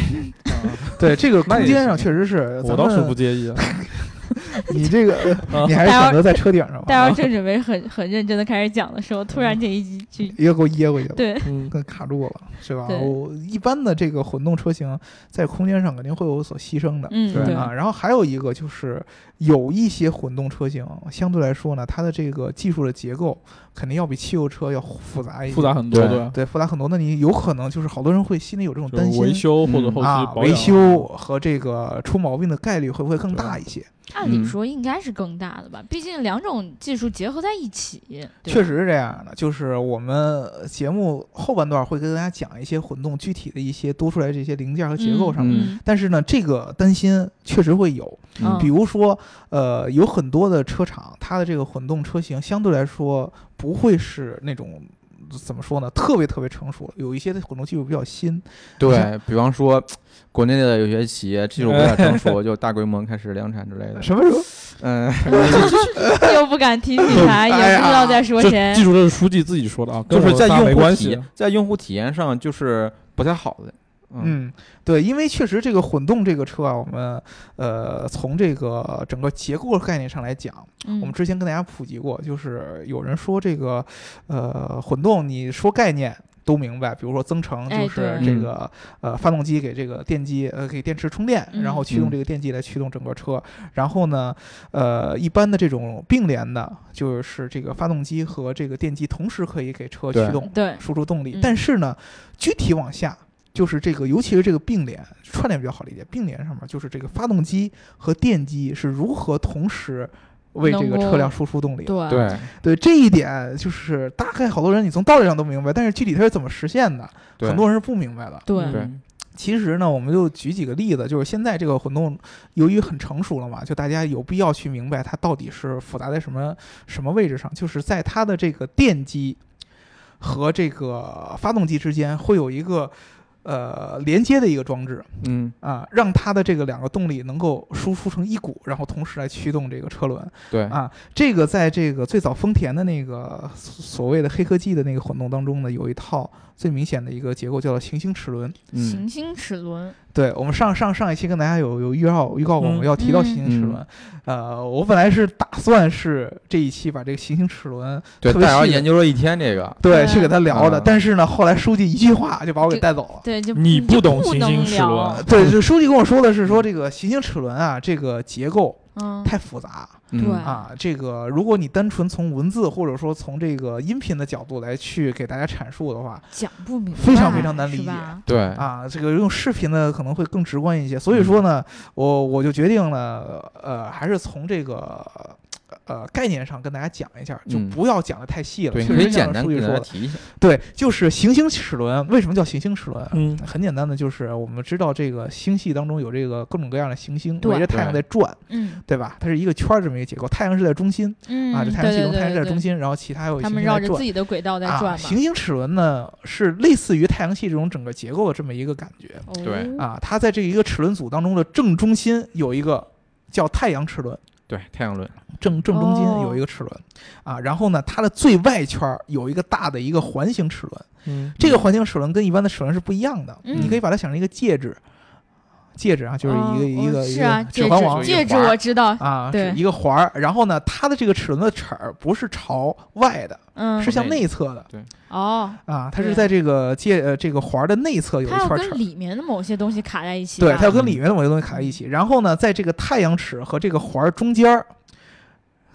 S3: 对，这个空间上
S4: 那也行
S3: 确实是，
S4: 我倒是不，介意啊。
S3: 你这个、
S4: 啊
S3: 你还是选择在车顶上吧，啊
S2: 大姚正准备很很认真的开始讲的时候，突然这一句，
S3: 也给我噎回去了。
S2: 对，
S4: 嗯，
S3: 跟卡住了，是吧？
S2: 对
S3: 我一般的这个混动车型在空间上肯定会有所牺牲的，
S2: 嗯，
S5: 对
S2: 对，
S3: 啊。然后还有一个就是有一些混动车型相对来说呢，它的这个技术的结构肯定要比汽油车要复杂一些，
S4: 嗯复杂很多，
S5: 对
S4: 对吧，
S3: 对复杂很多。那你有可能就是好多人会心里有这种
S4: 就
S3: 担
S4: 是
S3: 心
S4: 维修或者
S5: 嗯
S4: 后期
S3: 啊，
S4: 保养。
S3: 维修和这个出毛病的概率会不会更大一些？
S2: 按理说应该是更大的吧，毕竟两种技术结合在一起，对
S3: 确
S2: 吧，
S3: 实是这样的，就是我们节目后半段会跟大家讲一些混动具体的一些多出来这些零件和结构上面。
S2: 嗯
S3: 但是呢，这个担心确实会有，
S2: 嗯
S3: 比如说，呃，有很多的车厂，它的这个混动车型相对来说不会是那种怎么说呢，特别特别成熟了。有一些的混动技术比较新，
S5: 对比方说，国内的有些企业技术不太成熟，就大规模开始量产之类 的。
S3: 什么时候？
S5: 嗯，
S2: 又不敢提起他，也
S3: 哎呀
S2: 不知道在说
S4: 这
S2: 谁
S4: 技。术这是书记自己说的啊，
S5: 就
S4: 跟
S5: 是
S4: 我
S5: 在
S4: 仨没
S5: 用户
S4: 关
S5: 体
S4: 系
S5: 验。在用户体验上就是不太好的。嗯
S3: 嗯，对，因为确实这个混动这个车啊，我们呃从这个整个结构概念上来讲，
S2: 嗯
S3: 我们之前跟大家普及过，就是有人说这个呃混动，你说概念。都明白，比如说增程
S2: 哎
S3: 就是
S2: 对
S5: 嗯
S3: 这个、呃发动机给这个电机呃给电池充电，
S2: 嗯
S3: 然后驱动
S5: 嗯
S3: 这个电机来驱动整个车。然后呢，呃一般的这种并联的，就是这个发动机和这个电机同时可以给车驱
S5: 对
S3: 动
S2: 对
S3: 输出动力。
S2: 嗯
S3: 但是呢，具体往下就是这个，尤其是这个并联串联比较好理解。并联上面就是这个发动机和电机是如何同时为这
S2: 能
S3: 个
S2: 够
S3: 车辆输出动力。
S2: 对
S5: 对，
S3: 对这一点，就是大概好多人你从道理上都明白，但是具体它是怎么实现的，
S5: 对
S3: 很多人是不明白的。
S2: 对
S5: 对
S3: 其实呢，我们就举几个例子，就是现在这个混动，由于很成熟了嘛，就大家有必要去明白它到底是复杂在什么什么位置上，就是在它的这个电机和这个发动机之间会有一个呃连接的一个装置
S5: 嗯
S3: 啊，让它的这个两个动力能够输出成一股，然后同时来驱动这个车轮。
S5: 对
S3: 啊，这个在这个最早丰田的那个所所谓的黑科技的那个混动当中呢，有一套最明显的一个结构叫做行星齿轮。
S5: 嗯
S2: 行星齿轮，
S3: 对我们上上上一期跟大家有有预告预告过，我们
S4: 嗯
S3: 要提到
S2: 嗯
S3: 行星齿轮。
S5: 嗯
S3: 呃，我本来是打算是这一期把这个行星齿轮
S5: 对，
S3: 特别
S5: 大姚
S3: 细的
S5: 研究了一天这个，
S3: 对
S2: 对
S3: 去给他聊的，
S5: 啊
S3: 但是呢，后来书记一句话就把我给
S2: 这
S3: 带走了。
S2: 对，就
S4: 你
S2: 不
S4: 不懂
S2: 不
S4: 行
S2: 能
S4: 星齿
S2: 聊
S5: 嗯
S4: 轮，
S3: 对，就书记跟我说的是说这个行星齿轮啊，这个结构
S2: 嗯，
S3: 太复杂
S5: 嗯
S2: 对
S3: 啊。这个如果你单纯从文字或者说从这个音频的角度来去给大家阐述的话，
S2: 讲不明白，
S3: 非常非常难理
S2: 是
S3: 解
S2: 吧
S5: 对，
S3: 啊，这个用视频呢可能会更直观一些。所以说呢，
S5: 嗯
S3: 我我就决定了，呃，还是从这个呃概念上跟大家讲一下，就
S5: 嗯
S3: 不要讲的太细了。
S5: 对，你
S3: 确
S5: 可
S3: 实
S5: 以
S3: 像
S5: 简单
S3: 书记
S5: 给大
S3: 说
S5: 家
S3: 的，
S5: 提一下。
S3: 对，就是行星齿轮。为什么叫行星齿轮？
S4: 嗯，
S3: 很简单的，就是我们知道这个星系当中有这个各种各样的行星
S2: 对
S3: 围着太阳在
S5: 对
S3: 转，
S2: 嗯
S3: 对吧？它是一个圈儿这么一个结构，太阳是在中心
S2: 嗯，
S3: 啊，这太阳系
S2: 对
S3: 中
S2: 对
S3: 太阳是
S2: 对
S3: 在中
S2: 对
S3: 心，然后其他有
S2: 他
S3: 行
S2: 们
S3: 星
S2: 绕
S3: 在
S2: 着
S3: 转
S2: 自。己的轨道在
S3: 啊，
S2: 转嘛，
S3: 行星齿轮呢是类似于太阳系这种整个结构的这么一个感觉，
S2: 哦
S5: 对
S3: 啊，它在这一个齿轮组当中的正中心有一个叫太阳齿轮，
S5: 对，太阳轮，
S3: 正正中心
S2: 哦
S3: 有一个齿轮，啊，然后呢，它的最外圈儿有一个大的一个环形齿轮，
S4: 嗯
S3: 这个环形齿轮跟一般的齿轮是不一样的，
S2: 嗯
S3: 你可以把它想成一个戒指。戒指啊，就是一个、
S2: 哦
S3: 一个、
S2: 哦
S3: 一
S2: 是
S3: 个
S2: 啊，戒
S3: 指环王
S2: 指戒指我知道，
S3: 啊，
S2: 对
S3: 是一个环儿。然后呢，它的这个齿轮的齿儿不是朝外的，
S2: 嗯
S3: 是向内侧的
S2: 哦，
S3: 啊，它是
S2: 对
S3: 在这个戒呃这个环儿的内侧有一
S2: 它要
S3: 圈齿
S2: 跟
S3: 儿。
S2: 里面的某些东西卡在一起吧，啊
S3: 对，它要跟
S5: 嗯
S3: 里面的某嗯些东西卡在一起。然后呢，在这个太阳齿和这个环儿中间儿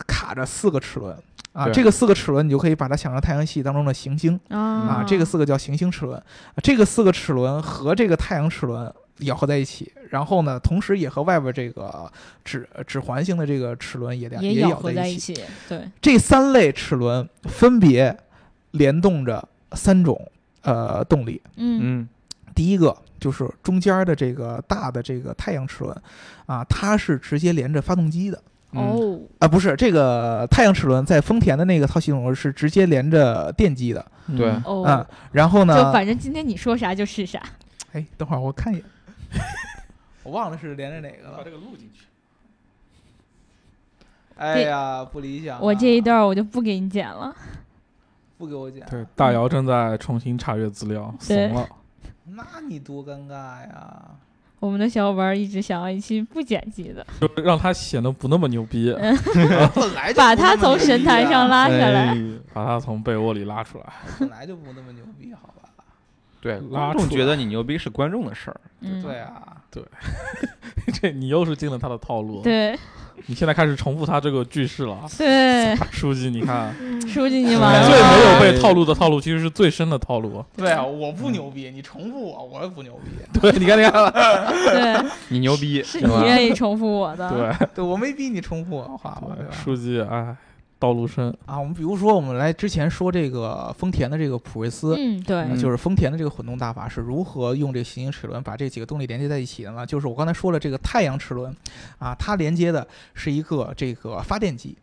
S3: 卡着四个齿轮啊，
S5: 对
S3: 这个四个齿轮你就可以把它想成太阳系当中的行星啊
S2: 啊，
S3: 这个四个叫行星齿轮，啊这个四个齿轮和这个太阳齿轮。咬合在一起，然后呢，同时也和外边这个指指环形的这个齿轮也连
S2: 也
S3: 也
S2: 咬
S3: 咬
S2: 合
S3: 在
S2: 一
S3: 起。
S2: 起，对，
S3: 这三类齿轮分别联动着三种呃动力，
S2: 嗯
S5: 嗯，
S3: 第一个就是中间的这个大的这个太阳齿轮，啊，它是直接连着发动机的
S5: 嗯，
S2: 哦，
S3: 啊，不是这个太阳齿轮在丰田的那个套系统中是直接连着电机的，
S5: 对
S4: 嗯
S3: 嗯
S2: 哦，，
S3: 然后
S2: 就
S3: 呢，
S2: 反正今天你说啥就是啥，
S3: 哎，等会儿我看一眼， 我忘了是连着哪个了。
S4: 个录进去。
S3: 哎呀，不理想啊、
S2: 我这一段我就不给你剪了，
S3: 不给我讲，
S4: 对，大姚正在重新查阅资料，
S2: 嗯对
S4: 怂了。
S3: 那你多尴尬 呀！
S2: 我们的小伙伴一直想要一期不剪辑的，
S4: 就让他显得不那么牛逼，
S3: 本来就
S2: 把
S3: 不
S2: 他
S3: 那么
S2: 从
S3: 牛
S2: 神
S3: 逼
S2: 坛
S3: 啊
S2: 上拉下来，
S5: 哎，
S4: 把他从被窝里拉出来。
S3: 本来就不那么牛逼，好吧？
S5: 对，
S4: 拉
S5: 观众
S4: 出
S5: 觉
S4: 来
S5: 得你牛逼是观众的事儿，
S2: 嗯，
S3: 对啊，
S4: 这你又是进了他的套路。，
S2: 对
S4: 你现在开始重复他这个句式了。啊
S2: 对， 嗯
S4: 书记，你看，
S3: 嗯
S2: 书记你完
S4: 最
S5: 哎
S4: 没有
S2: 了，
S4: 被套路的套路，其实是最深的套路。
S3: 对啊，我不牛逼，你重复我，我也不牛逼。
S5: 对，你看，你看，
S2: 对，
S5: 你牛逼，
S2: 是
S5: 对
S2: 你
S5: 吧嗯
S2: 愿意重复我的，
S4: 对，
S3: 对我没逼你重复我的话嘛，对啊吧？
S4: 书记，哎，道路深。
S3: 啊，我们比如说，我们来之前说这个丰田的这个普锐斯。
S2: 嗯，对
S3: 呃，
S5: 嗯
S3: 就是丰田的这个混动大法是如何用这个行星齿轮把这几个动力连接在一起的呢？就是我刚才说了，这个太阳齿轮，啊，它连接的是一个这个发电机，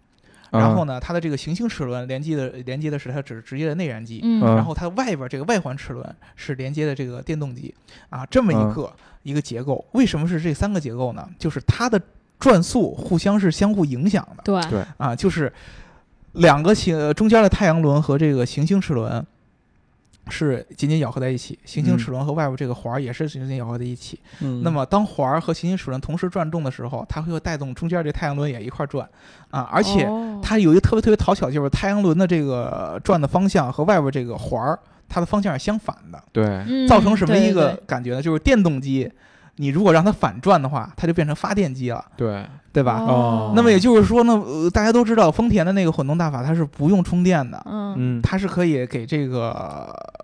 S5: 啊
S3: 然后呢，它的这个行星齿轮连接的连接的是它直直接的内燃机，
S2: 嗯
S5: 嗯
S3: 然后它外边这个外环齿轮是连接的这个电动机啊，这么一
S5: 嗯
S3: 个、一个结构。为什么是这三个结构呢？就是它的转速互相是相互影响的
S2: 对
S5: 对
S3: 啊，就是两个行呃中间的太阳轮和这个行星齿轮。是紧紧咬合在一起，行星
S5: 嗯
S3: 齿轮和外边这个环儿也是紧紧咬合在一起。
S4: 嗯
S3: 那么，当环儿和行星齿轮同时转动的时候，它会带动中间这太阳轮也一块儿转啊。而且，
S2: 哦
S3: 它有一个特别特别讨巧，就是太阳轮的这个转的方向和外边这个环儿，它的方向是相反的，
S5: 对，
S2: 嗯
S3: 造成什么
S2: 对
S3: 一个
S2: 对
S3: 感觉呢？就是电动机，你如果让它反转的话，它就变成发电机了，
S5: 对，
S3: 对吧？
S4: 哦
S3: 那么也就是说呢，呃，大家都知道丰田的那个混动大法，它是不用充电的，
S2: 嗯
S5: 嗯，
S3: 它是可以给这个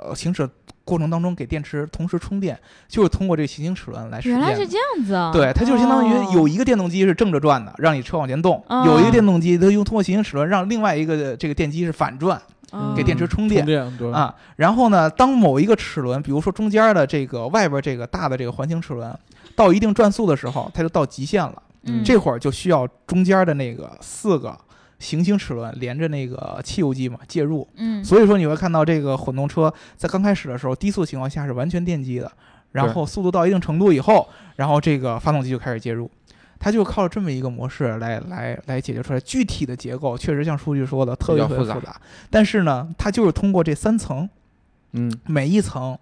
S3: 呃行驶过程当中给电池同时充电，就是通过这个行星齿轮来实
S2: 原
S3: 现
S2: 来是
S3: 的。
S2: 这样子啊，
S3: 对，它就是相当于有
S2: 哦
S3: 一个电动机是正着转的，让你车往前动；
S2: 哦
S3: 有一个电动机，它用通过行星齿轮让另外一个这个电机是反转，
S2: 哦
S3: 给电池充电
S4: 充电，对，
S3: 啊。然后呢，当某一个齿轮，比如说中间的这个外边这个大的这个环形齿轮，到一定转速的时候，它就到极限了。
S2: 嗯
S3: 这会儿就需要中间的那个四个行星齿轮连着那个汽油机嘛介入。
S2: 嗯
S3: 所以说你会看到这个混动车在刚开始的时候低速情况下是完全电机的，然后速度到一定程度以后，然后这个发动机就开始介入。它就靠这么一个模式来来来解决出来，具体的结构确实像书记说的特别
S5: 比
S3: 特
S5: 较
S3: 别
S5: 复杂
S3: 复杂，但是呢，它就是通过这三层，
S5: 嗯，
S3: 每一层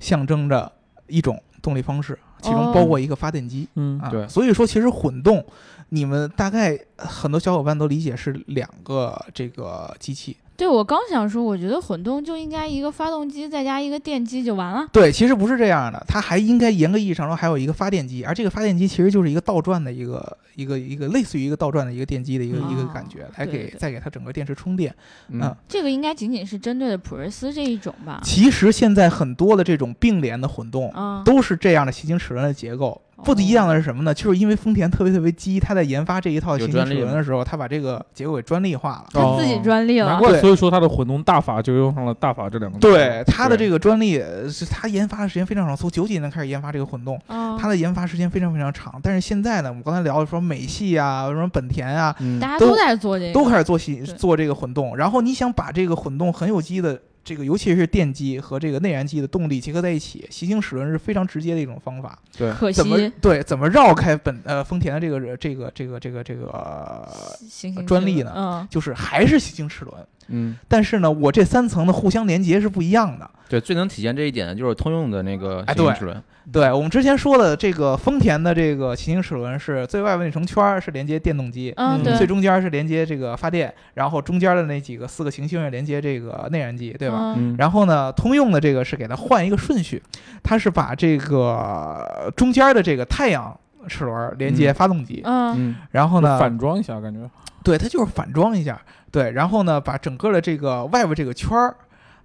S3: 象征着一种动力方式，其
S2: 哦
S3: 中包括一个发电机。
S4: 嗯
S3: 啊，
S5: 对
S3: 所以说其实混动，你们大概呃很多小伙伴都理解是两个这个机器。
S2: 对我刚想说，我觉得混动就应该一个发动机再加一个电机就完了。
S3: 对，其实不是这样的，它还应该严格意义上说还有一个发电机，而这个发电机其实就是一个倒转的一个一个一个类似于一个倒转的一个电机的一个、
S2: 嗯
S3: 一个
S2: 哦
S3: 感觉，来
S2: 对
S3: 给
S2: 对
S3: 再给它整个电池充电。
S5: 嗯
S3: 嗯，
S2: 这个应该仅仅是针对的普锐斯这一种吧？
S3: 其实现在很多的这种并联的混动。
S2: 啊，哦
S3: 都是这样的行星齿轮的结构，不一样的是什么呢？就是因为丰田特别特别鸡，它在研发这一套行
S5: 有
S3: 星
S5: 专
S3: 齿
S5: 利
S3: 轮
S5: 吗哦
S3: 的时候，它把这个结构给专利化了。
S2: 他自己专利
S4: 难
S2: 了。
S4: 怪，
S3: 对
S4: 所以说他的混动大法就用上了“大法”这两个字。
S3: 对它的这
S4: 个，
S3: 个专利，呃是它研发的时间非常长，从九几年开始研发这个混动，
S2: 啊，
S3: 它的研发时间非常非常长。但是现在呢，我们刚才聊的说美系啊，什么本田啊，
S5: 嗯
S2: 大家
S3: 都
S2: 都在做这个，
S3: 都开始做新
S2: 对
S3: 做这个混动。然后你想把这个混动很有机的这个，尤其是电机和这个内燃机的动力结合在一起，行星齿轮是非常直接的一种方法。
S5: 对，
S2: 可惜
S3: 怎么对怎么绕开本呃丰田的这个这个这个这个这个、呃
S2: 行行
S3: 专利呢
S2: 嗯
S3: 就是还是行星齿轮，
S5: 嗯，
S3: 但是呢，我这三层的互相连接是不一样的。
S5: 对，最能体现这一点的就是通用的那个
S3: 哎
S5: 行
S3: 对
S5: 驶轮，
S3: 对我们之前说的这个丰田的这个行驶齿轮是最外围那层圈儿是连接电动机，
S2: 嗯，
S4: 嗯
S2: 对，
S3: 最中间是连接这个发电，然后中间的那几个四个行星是连接这个内燃机，对吧？
S2: 嗯
S5: 嗯，
S3: 然后呢，通用的这个是给它换一个顺序，它是把这个中间的这个太阳齿轮连接
S5: 嗯
S3: 发动机，
S2: 嗯
S5: 嗯
S3: 然后呢，
S4: 反装一下感觉，
S3: 对，它就是反装一下，对，然后呢，把整个的这个外围这个圈儿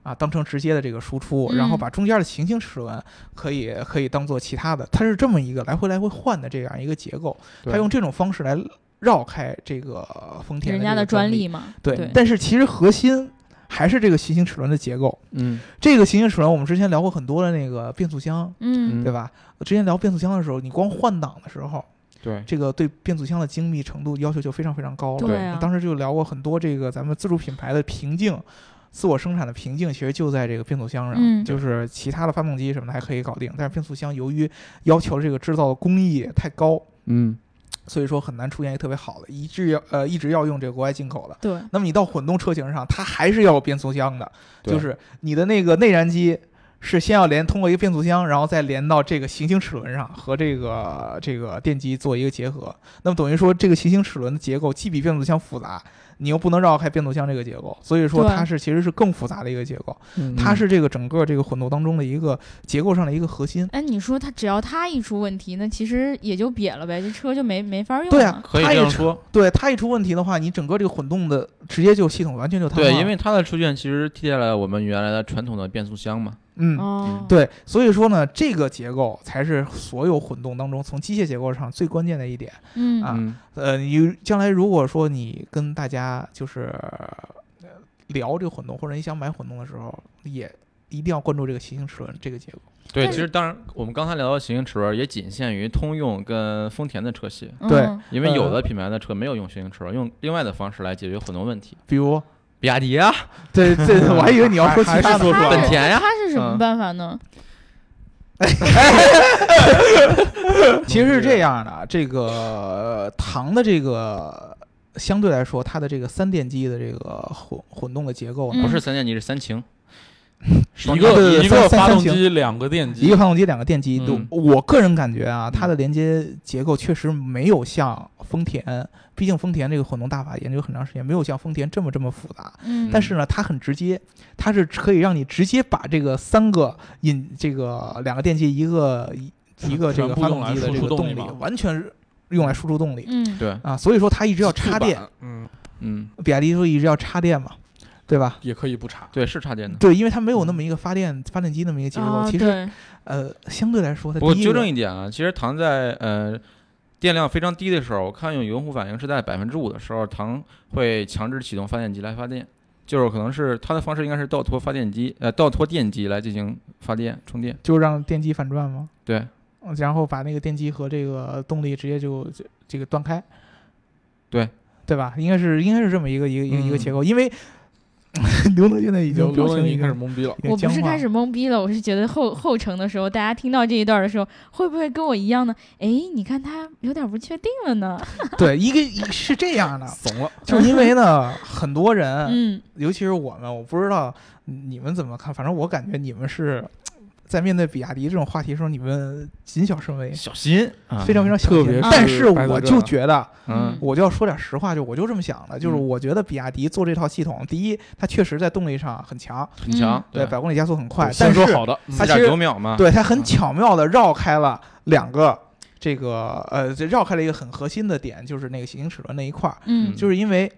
S3: 啊当成直接的这个输出，然后
S2: 嗯
S3: 把中间的行星齿轮可以可以当做其他的，它是这么一个来回来回换的这样一个结构，它
S5: 对
S3: 用这种方式来绕开这个丰田
S2: 人
S3: 的
S2: 家
S3: 这个
S2: 的专
S3: 利，
S2: 利嘛，
S3: 对，
S2: 对
S3: 但是其实核心。还是这个行星齿轮的结构，
S5: 嗯
S3: 这个行星齿轮我们之前聊过很多的那个变速箱，
S2: 嗯
S5: 嗯
S3: 对吧？之前聊变速箱的时候，你光换挡的时候，
S5: 对，
S3: 这个对变速箱的精密程度要求就非常非常高了。
S2: 对啊
S3: 当时就聊过很多这个咱们自主品牌的瓶颈，自我生产的瓶颈其实就在这个变速箱上，
S2: 嗯
S3: 就是其他的发动机什么的还可以搞定，但是变速箱由于要求这个制造的工艺太高，
S5: 嗯
S3: 所以说很难出现一个特别好的，一致要呃一直要用这个国外进口的。
S2: 对，
S3: 那么你到混动车型上，它还是要有变速箱的，
S5: 对
S3: 就是你的那个内燃机是先要连通过一个变速箱，然后再连到这个行星齿轮上和这个这个电机做一个结合。那么等于说，这个行星齿轮的结构既比变速箱复杂，你又不能绕开变速箱这个结构，所以说
S2: 对
S3: 它是其实是更复杂的一个结构，
S4: 嗯
S3: 它是这个整个这个混动当中的一个结构上的一个核心。
S2: 哎，你说它只要它一出问题，那其实也就瘪了呗，这车就没没法用了。
S3: 对啊，
S5: 可以
S3: 它
S5: 这
S3: 一
S5: 样
S3: 出
S5: 说，
S3: 对它一出问题的话，你整个这个混动的直接就系统完全就瘫痪
S5: 对，
S3: 了
S5: 因为它的出现其实替代了我们原来的传统的变速箱嘛，
S3: 嗯
S2: 哦，，
S3: 对，所以说呢，这个结构才是所有混动当中从机械结构上最关键的一点。
S2: 嗯
S3: 啊
S5: 嗯
S3: 呃，你将来如果说你跟大家就是呃聊这个混动，或者你想买混动的时候，也一定要关注这个行星齿轮这个结构。
S5: 对，
S2: 但
S5: 其
S2: 是
S5: 实当然我们刚才聊的行星齿轮也仅限于通用跟丰田的车系，
S2: 嗯
S3: 对
S5: 因为有
S3: 呃
S5: 的品牌的车没有用行星齿轮，用另外的方式来解决混动问题，
S3: 比如，
S5: 比亚迪啊，
S3: 对对， 我还以为你要说其
S4: 还
S3: 他
S4: 是
S3: 的
S4: 说出来
S5: 本
S4: 了
S5: 田呀
S2: 它是什么
S5: 嗯
S2: 办法呢？
S3: 其实是这样的啊，这个呃唐的这个相对来说，它的这个三电机的这个混混动的结构呢，
S5: 不
S2: 嗯
S5: 是三电机是三擎，
S4: 嗯一
S3: 啊对
S4: 个
S3: 对
S4: 一
S3: 三
S4: 个
S3: 三
S4: 发动
S3: 型
S4: 机，两个电
S3: 一
S4: 机
S3: 个，发动机，两个电机。
S5: 嗯
S3: 都，我个人感觉啊，
S4: 嗯
S3: 它的连接结构确实没有像丰田，毕竟丰田这个混动大法研究很长时间，没有像丰田这么这么复杂。
S2: 嗯，
S3: 但是呢，它很直接，它是可以让你直接把这个三个引这个两个电机，一个一个这个
S4: 全部
S3: 发
S4: 用
S3: 动机的
S4: 来输
S3: 这
S4: 出
S3: 个
S4: 动
S3: 动
S4: 力
S3: 力
S4: 嘛，
S3: 完全是用来输出动力
S2: 嗯，
S5: 对，
S3: 啊。所以说它一直要插电，，
S4: 嗯，
S5: 嗯，
S3: 比亚迪说一直要插电嘛，对吧？
S4: 也可以不插，
S5: 对，是插
S4: 嗯
S5: 电的。
S3: 对，因为它没有那么一个发电发电机那么一个结构，
S2: 啊，
S3: 其实
S2: 对，
S3: 呃相对来说它
S5: 不过
S3: 第一
S5: 纠
S3: 个
S5: 正一点啊，其实唐在呃电量非常低的时候，我看有用户反映是在百分之五的时候，唐会强制启动发电机来发电，就是可能是它的方式应该是倒拖发电机，呃，倒拖电机来进行发电充电。
S3: 就让电机反转吗？
S5: 对，
S3: 嗯然后把那个电机和这个动力直接就这这个断开，
S5: 对
S3: 对吧？应该是应该是这么一个一个一个、一个
S4: 嗯
S3: 结构，因为 刘能现在已
S4: 刘
S3: 经表
S4: 刘
S3: 情
S4: 能已
S3: 已
S4: 经开
S3: 经
S4: 始懵逼了，，
S3: 已经
S2: 我不
S3: 僵
S2: 是
S3: 化
S2: 开始懵逼了，我是觉得后后程的时候，大家听到这一段的时候，会不会跟我一样呢？哎，你看他有点不确定了呢。
S3: 对一个一是这 样的
S4: 怂了，
S3: 就是因为呢，很多人、
S2: 嗯，
S3: 尤其是我们，我不知道你们怎么看，反正我感觉你们是在面对比亚迪这种话题的时候，你们谨小慎微，
S5: 小心啊，
S3: 非常非常小心。
S4: 特别是
S3: 但是
S4: 白
S3: 我
S4: 德
S3: 就
S4: 正啊
S3: 觉得。
S5: 嗯
S3: 我就要说点实话，就我就这么想的，就是
S5: 嗯
S3: 我觉得比亚迪做这套系统，第一，它确实在动力上很强，
S5: 很强，
S3: 嗯对，百公里加速很快，但
S4: 先
S3: 是
S4: 说好的，
S3: 它
S5: 四
S3: 其
S5: 点
S3: 实
S5: 九秒嘛，
S3: 对它很巧妙的绕开了两个这个呃，这绕开了一个很核心的点，就是那个行星齿轮那一块儿，
S2: 嗯
S5: 嗯
S3: 就是因为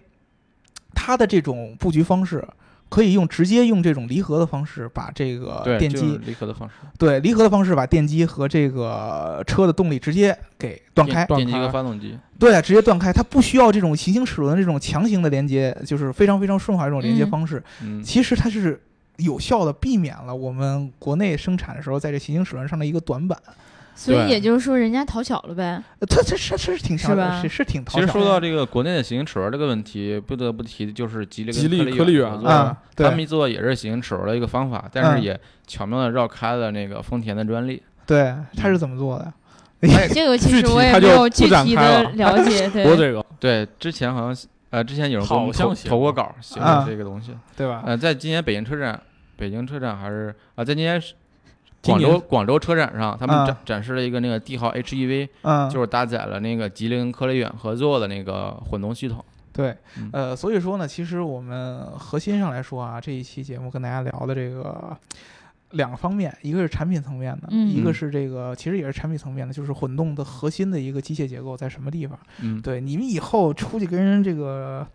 S3: 它的这种布局方式。可以用直接用这种离合的方式把这个
S5: 对，
S3: 电
S5: 就是
S3: 机
S5: 离合的方式，
S3: 对离合的方式把电机和这个车的动力直接给断
S5: 电
S3: 开，
S5: 电机
S4: 断开
S5: 和发动机，
S3: 对啊，直接断开，它不需要这种行星齿轮这种强行的连接，就是非常非常顺滑这种连接方式。
S5: 嗯，
S3: 其实它是有效的避免了我们国内生产的时候在这行星齿轮上的一个短板。
S2: 所以
S5: 对
S2: 也就是说，人家讨巧了呗。
S3: 呃它这是是挺
S2: 是
S3: 强
S2: 吧
S3: 的，是是挺讨
S5: 其实
S3: 巧
S5: 说
S3: 的
S5: 到这个国内的行星齿轮这个问题，不得不提的就是吉利跟
S4: 吉利
S5: 科
S4: 科力
S5: 远
S4: 远
S5: 合作
S3: 啊，
S5: 他们
S3: 对
S5: 一做也是行星齿轮的一个方法，但
S3: 嗯
S5: 是也巧妙的绕开了那个丰田的专利。
S3: 对，它是怎么做的？
S2: 这个其
S4: 哎具
S2: 实
S4: 体
S2: 我也没
S4: 它就
S2: 有
S4: 不
S2: 具
S4: 展
S2: 体
S4: 开
S2: 的
S4: 了
S2: 了解，
S4: 我
S2: 对，
S4: 嗯这个
S5: 对，之前好像呃，之前有人给我们
S4: 好像
S5: 投
S4: 写
S5: 投过
S4: 过
S5: 稿，写
S3: 啊
S5: 过这个东西。
S3: 对吧？
S5: 呃，在今年北京车展，北京车展还是啊、在今年是
S4: 今
S5: 广州
S4: 年
S5: 广州车展上，他们
S3: 啊
S5: 展、展示了一个那个帝豪 HEV，
S3: 嗯，
S5: 就是搭载了那个吉林科雷远合作的那个混动系统。
S3: 对
S5: 嗯，
S3: 呃，所以说呢，其实我们核心上来说啊，这一期节目跟大家聊的这个两个方面，一个是产品层面的，
S2: 嗯
S3: 一个是这个其实也是产品层面的，就是混动的核心的一个机械结构在什么地方。
S5: 嗯，
S3: 对，你们以后出去跟人这个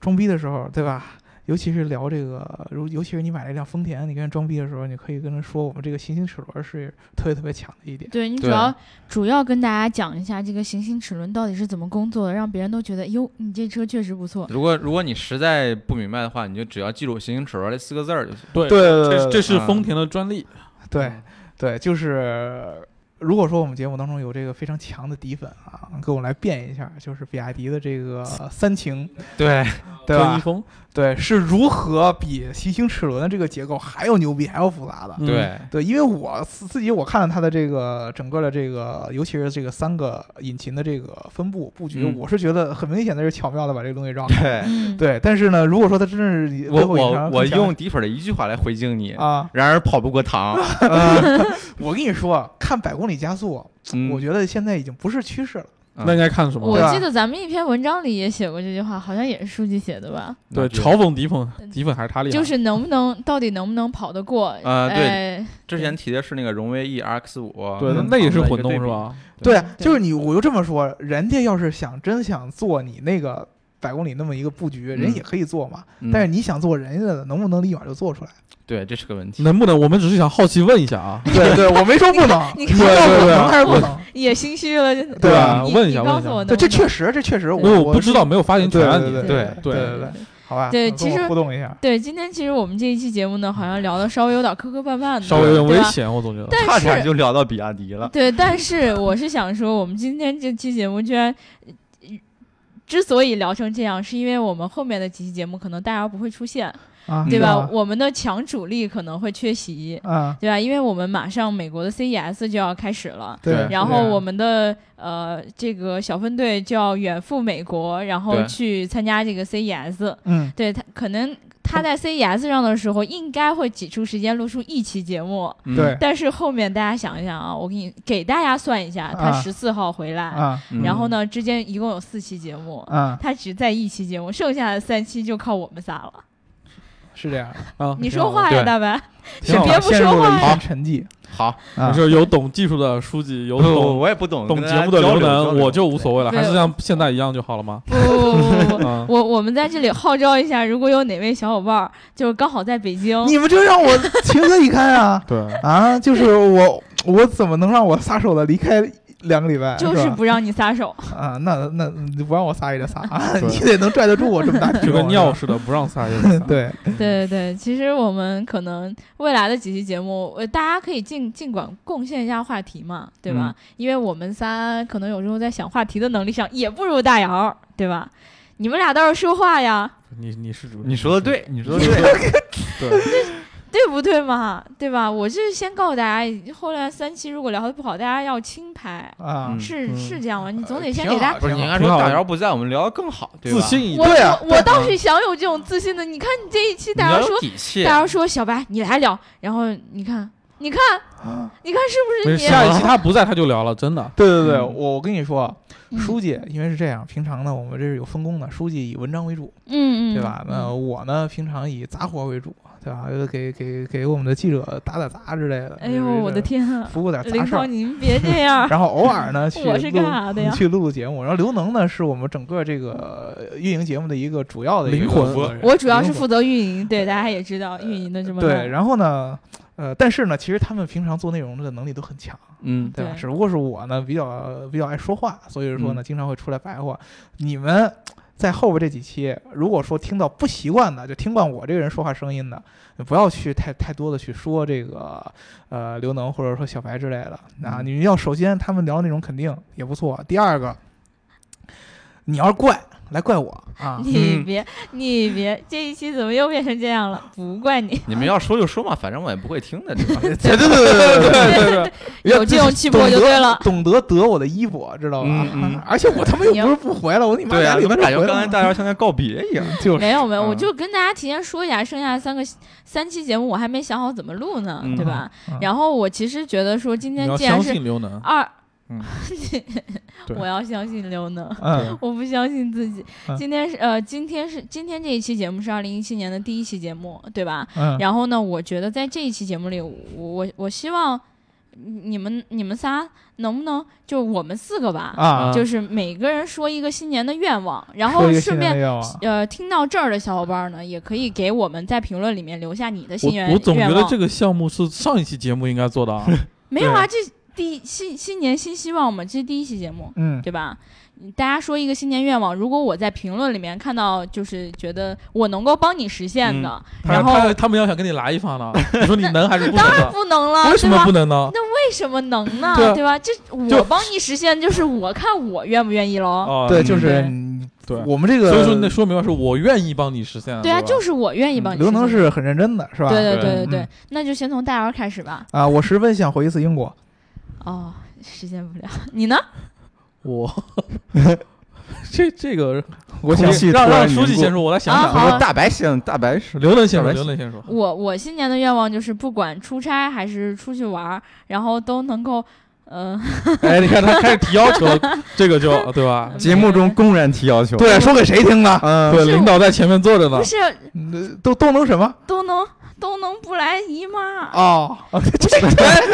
S3: 装逼的时候，对吧？尤其是聊这个，如尤其是你买了一辆丰田，你跟人装逼的时候，你可以跟他说，我们这个行星齿轮是特别特别强的一点。
S2: 对你主
S5: 对
S2: 要主要跟大家讲一下这个行星齿轮到底是怎么工作的，让别人都觉得哟，你这车确实不错。
S5: 如果如果你实在不明白的话，你就只要记住“行星齿轮”这四个字儿就行。
S4: 对，
S3: 对
S4: 这这是
S5: 嗯
S4: 丰田的专利，
S3: 对，对，就是如果说我们节目当中有这个非常强的底粉啊，给我来辩一下，就是比亚迪的这 个三擎，
S5: 对，
S3: 对
S4: 专
S3: 吧
S4: 一？风，
S3: 对，是如何比行星齿轮的这个结构还要牛逼，还要复杂的？
S4: 嗯
S5: 对，
S3: 对，因为我自自己我看了它的这个整个的这个，尤其是这个三个引擎的这个分布布局，
S5: 嗯
S3: 我是觉得很明显的是巧妙的把这个东西绕开。
S5: 对，
S2: 嗯，
S3: 对，但是呢，如果说它真是以
S5: 我
S3: 最后隐藏
S5: 我我
S3: 更强
S5: 用底粉的一句话来回敬你，
S3: 啊，呃
S5: 然而跑不过 糖。
S3: 我跟你说，啊看百公里加速，
S5: 嗯，
S3: 我觉得现在已经不是趋势了。
S4: 那应该看什么
S3: 对？
S2: 我
S3: 吧
S2: 记得咱们一篇文章里也写过这句话，好像也是书记写的吧？
S4: 对，
S5: 就
S4: 嘲讽敌粉，敌粉还是他厉害，
S2: 就是能不能，到底能不能跑得过？
S5: 啊对
S2: 哎
S5: 之前提的是那个荣威 E RX 五，
S4: 对，那
S3: 嗯
S4: 那也是混动是？吧？
S3: 对啊，
S2: 对
S3: 就是你，我就这么说，人家要是想真想做你那个百公里那么一个布局，人
S5: 嗯
S3: 也可以做嘛。
S5: 嗯
S3: 但是你想做人家的，能不能立马就做出来？
S5: 对，这是个问题。
S4: 能不能？我们只是想好奇问一下啊，
S3: 对对，我没说不能，
S2: 你看
S3: 说不
S4: 对对对
S3: 能还是不
S4: 我
S3: 能？
S2: 也心虚了，
S3: 对
S4: 吧？
S2: 你
S4: 问一
S2: 你
S4: 下，问
S2: 告
S4: 一
S2: 诉我
S4: 下，
S2: 能
S3: 对，这
S2: 不能
S3: 确实，这确实，
S4: 因为
S3: 我
S4: 我不知道，没有发言
S3: 对
S4: 权啊，
S3: 对
S4: 你
S3: 对
S5: 对
S2: 对
S3: 对对好吧？
S2: 对
S3: 跟
S2: 其
S3: 我
S2: 实
S3: 互动一下，
S2: 对，今天其实我们这一期节目呢，好像聊的稍微有点磕磕绊绊的，
S4: 稍微有点
S2: 对
S4: 危
S2: 吧
S4: 险，我总觉得。
S5: 差
S2: 但
S5: 点
S2: 是
S5: 就聊到比亚迪了。
S2: 对，但是我是想说，我们今天这期节目居然。呃之所以聊成这样，是因为我们后面的几期节目可能大家不会出现，
S5: 嗯
S3: 啊，
S2: 对
S3: 知道
S2: 吧？
S3: 了？
S2: 我们的强主力可能会缺席，
S3: 啊，
S2: 对吧？因为我们马上美国的 CES 就要开始了，
S3: 对
S5: 对。啊
S2: 然后我们的呃这个小分队就要远赴美国，然后
S5: 对
S2: 去参加这个 CES。
S3: 嗯，
S2: 对他可能
S5: 嗯
S2: 他在 CES 上的时候，应该会挤出时间录出一期节目，
S5: 嗯
S3: 对
S2: 但是后面大家想一想啊，我给你给大家算一下，他
S3: 啊
S2: 十四号回来，
S3: 啊
S5: 嗯
S2: 然后呢之间一共有四期节目，
S3: 啊，
S2: 他只在一期节目，剩下的三期就靠我们仨了。
S3: 是这样的，
S4: 啊，
S2: 你说话呀，
S5: 对
S2: 大白。
S4: 挺
S3: 陷
S4: 好
S2: 别
S4: 的。
S2: 不
S3: 陷
S2: 说
S3: 入了
S2: 话
S3: 一
S2: 呀
S3: 片沉寂
S5: 好，
S3: 啊
S4: 没。事，有懂技术的书记，有
S5: 不不
S4: 懂
S5: 我也不懂
S4: 懂
S5: 跟
S4: 节
S5: 大
S4: 目的
S5: 家
S4: 流
S5: 交流交
S4: 程，
S5: 流
S4: 我就无所谓了，
S2: 对
S4: 还是像现在一样就好了 吗？
S2: 不不不不不，
S4: 啊，
S2: 我我们在这里号召一下，如果有哪位小伙伴儿就是刚好在北京，
S3: 你们这让我 情何以堪啊！
S4: 对，
S3: 啊，就是我，我怎么能让我撒手的离开两个礼拜？
S2: 就是
S3: 吧
S2: 不让你撒手。
S3: 啊，那那你不让我撒也得撒，啊，
S4: 对
S3: 你得能拽得住我这么大体
S4: 就跟
S3: 重
S4: 尿
S3: 是吧。
S4: 似的，不让撒也得撒
S3: 对，
S2: 对对对，其实我们可能未来的几期节目，呃，大家可以尽尽管贡献一下话题嘛，对吧？
S3: 嗯
S2: 因为我们仨可能有时候在想话题的能力上也不如大姚儿，对吧？你们俩倒是说话呀，
S4: 你你是主，
S5: 你说的对，你说的
S4: 你
S5: 对
S4: 说， 对，
S2: 对不对嘛？对吧？我是先告诉大家，后来三期如果聊得不好，大家要轻拍，
S3: 啊
S5: 嗯，
S2: 是、
S4: 嗯
S2: 是这样吗？你总得
S3: 呃
S2: 先
S3: 挺
S2: 给大家
S3: 好
S5: 不是你应啊该
S4: 挺
S5: 说
S4: 好的
S5: 大姚不在，我们聊得更好，对吧？
S4: 自信一
S2: 我
S4: 点。
S3: 对啊
S2: 我我倒是想有这种自信的。你看你这一期，
S5: 你
S2: 大家
S5: 要
S2: 说
S5: 有底气。
S2: 大家说小白你来聊，然后你看你看
S3: 啊
S2: 你看是不
S4: 没
S2: 是
S4: 事，啊
S2: 你？
S4: 下一期他不在，他就聊了，真的。
S3: 对对对，
S5: 嗯
S3: 我我跟你说，
S2: 嗯
S3: 书记因为是这样，平常呢我们这是有分工的，书记以文章为主，
S2: 嗯嗯，
S3: 对吧？那我呢平常以杂活为主，对吧？呃给给给我们的记者打打杂之类的。
S2: 哎
S3: 就
S2: 呦，
S3: 是
S2: 我的，天啊！
S3: 服务点杂
S2: 领
S3: 事
S2: 导
S3: 儿。，
S2: 您别这样
S3: 然后偶尔呢去
S2: 我是干
S3: 录
S2: 啥的呀
S3: 去录录节目。然后刘能呢是我们整个这个呃运营节目的一个主要的一个
S4: 灵魂
S3: 负责人
S2: 我主要
S3: 灵
S2: 是
S3: 魂
S2: 负责运营，对大家也知道运营的这么
S3: 对，
S2: 烂
S3: 然后呢，呃，但是呢，其实他们平常做内容的能力都很强，
S5: 嗯，
S3: 对吧？
S2: 对！
S3: 只不过是我呢比较比较爱说话，所以说呢，经常会出来白话。你们在后边这几期，如果说听到不习惯的，就听惯我这个人说话声音的，不要去太太多的去说这个呃刘能或者说小白之类的啊。
S5: 嗯
S3: 你要首先他们聊的内容肯定也不错，第二个，你要是怪。来怪我啊
S2: 你
S5: 嗯
S2: 别，你别，这一期怎么又变成这样了？不怪你，
S5: 你们要说就说嘛，反正我也不会听 的，对吧？
S3: 对对对对对对，
S4: 对
S2: 有这种气魄就对了。
S3: 懂得得我的衣钵，知道吧
S5: 嗯嗯？
S3: 而且我他妈又不是不回了，我你妈
S5: 对
S3: 俩
S5: 啊，
S3: 礼
S5: 你
S3: 拜
S5: 们
S3: 就
S5: 俩
S3: 回了
S5: 就刚才
S3: 吗。
S5: 大家像在告别一样。
S3: 就是
S2: 没有没有，我
S5: 嗯
S2: 就跟大家提前说一下，剩下三个三期节目我还没想好怎么录呢，
S5: 嗯
S2: 对吧？
S3: 嗯
S2: 然后我其实觉得说今
S4: 你
S2: 天
S4: 要
S2: 既然
S4: 相
S2: 是
S4: 信刘能，
S2: 二，
S4: 嗯对
S2: 我要相信刘能。
S3: 嗯，
S2: 我不相信自己
S3: 嗯。
S2: 今天是呃，今天是今天这一期节目是二零一七年的第一期节目，对吧？
S3: 嗯
S2: 然后呢，我觉得在这一期节目里，我我我希望你们你们仨能不能就我们四个吧，
S3: 啊，
S2: 就是每个人说一个新年的愿望，然后
S3: 说一个
S2: 顺
S3: 新
S2: 便
S3: 年的愿望
S2: 呃，听到这儿的小伙伴呢，也可以给我们在评论里面留下你的新愿
S4: 我我总觉
S2: 愿
S4: 得
S2: 望。
S4: 这个项目是上一期节目应该做 的啊。
S2: 没有啊，这第一新新年新希望嘛，这是第一期节目，
S3: 嗯，
S2: 对吧？大家说一个新年愿望，如果我在评论里面看到，就是觉得我能够帮你实现的，
S4: 他
S2: 然后
S4: 他他们要想跟你来 一发呢，你说你能还是不能呢？
S2: 不能了，
S4: 为什么
S2: 对吧
S4: 不？能呢？
S2: 为什么能呢？
S4: 对啊
S2: 对吧？这
S4: 就
S2: 我帮你实现，就是我看我愿不愿意喽。
S4: 哦，
S3: 对，
S5: 嗯
S3: 就是
S2: 对
S3: 你
S4: 对
S3: 我们这个，
S4: 所以说你得说明白，是我愿意帮你实现。
S2: 对啊，就是是我愿意帮你实
S3: 嗯刘
S2: 现。
S3: 能是很认真的，是吧？
S2: 对对
S5: 对
S2: 对对对
S3: 嗯，
S2: 那就先从大姚开始吧。
S3: 啊，我十分想回一次英国，
S2: 哦，实现不了，你呢？
S4: 我， 这这个
S3: 我想去
S4: 让让书
S5: 凝
S4: 记
S5: 固
S4: 先说，我来想
S2: 啊
S4: 想。
S2: 好啊
S5: 大白先，大白是
S4: 刘能先说，
S5: 好
S4: 刘 能先说。
S2: 我我新年的愿望就是，不管出差还是出去玩儿，然后都能够，呃，
S4: 哎，你看他开始提要 求了，这个就对吧？
S2: 节目中
S5: 公然提要求，
S3: 对，说给谁听呢？
S5: 嗯，
S4: 对，
S2: 是
S4: 领导在前面坐着 呢
S2: 不。是
S3: 嗯都都能什么？
S2: 都能都能不来姨 妈。
S3: 哦，
S4: 哎，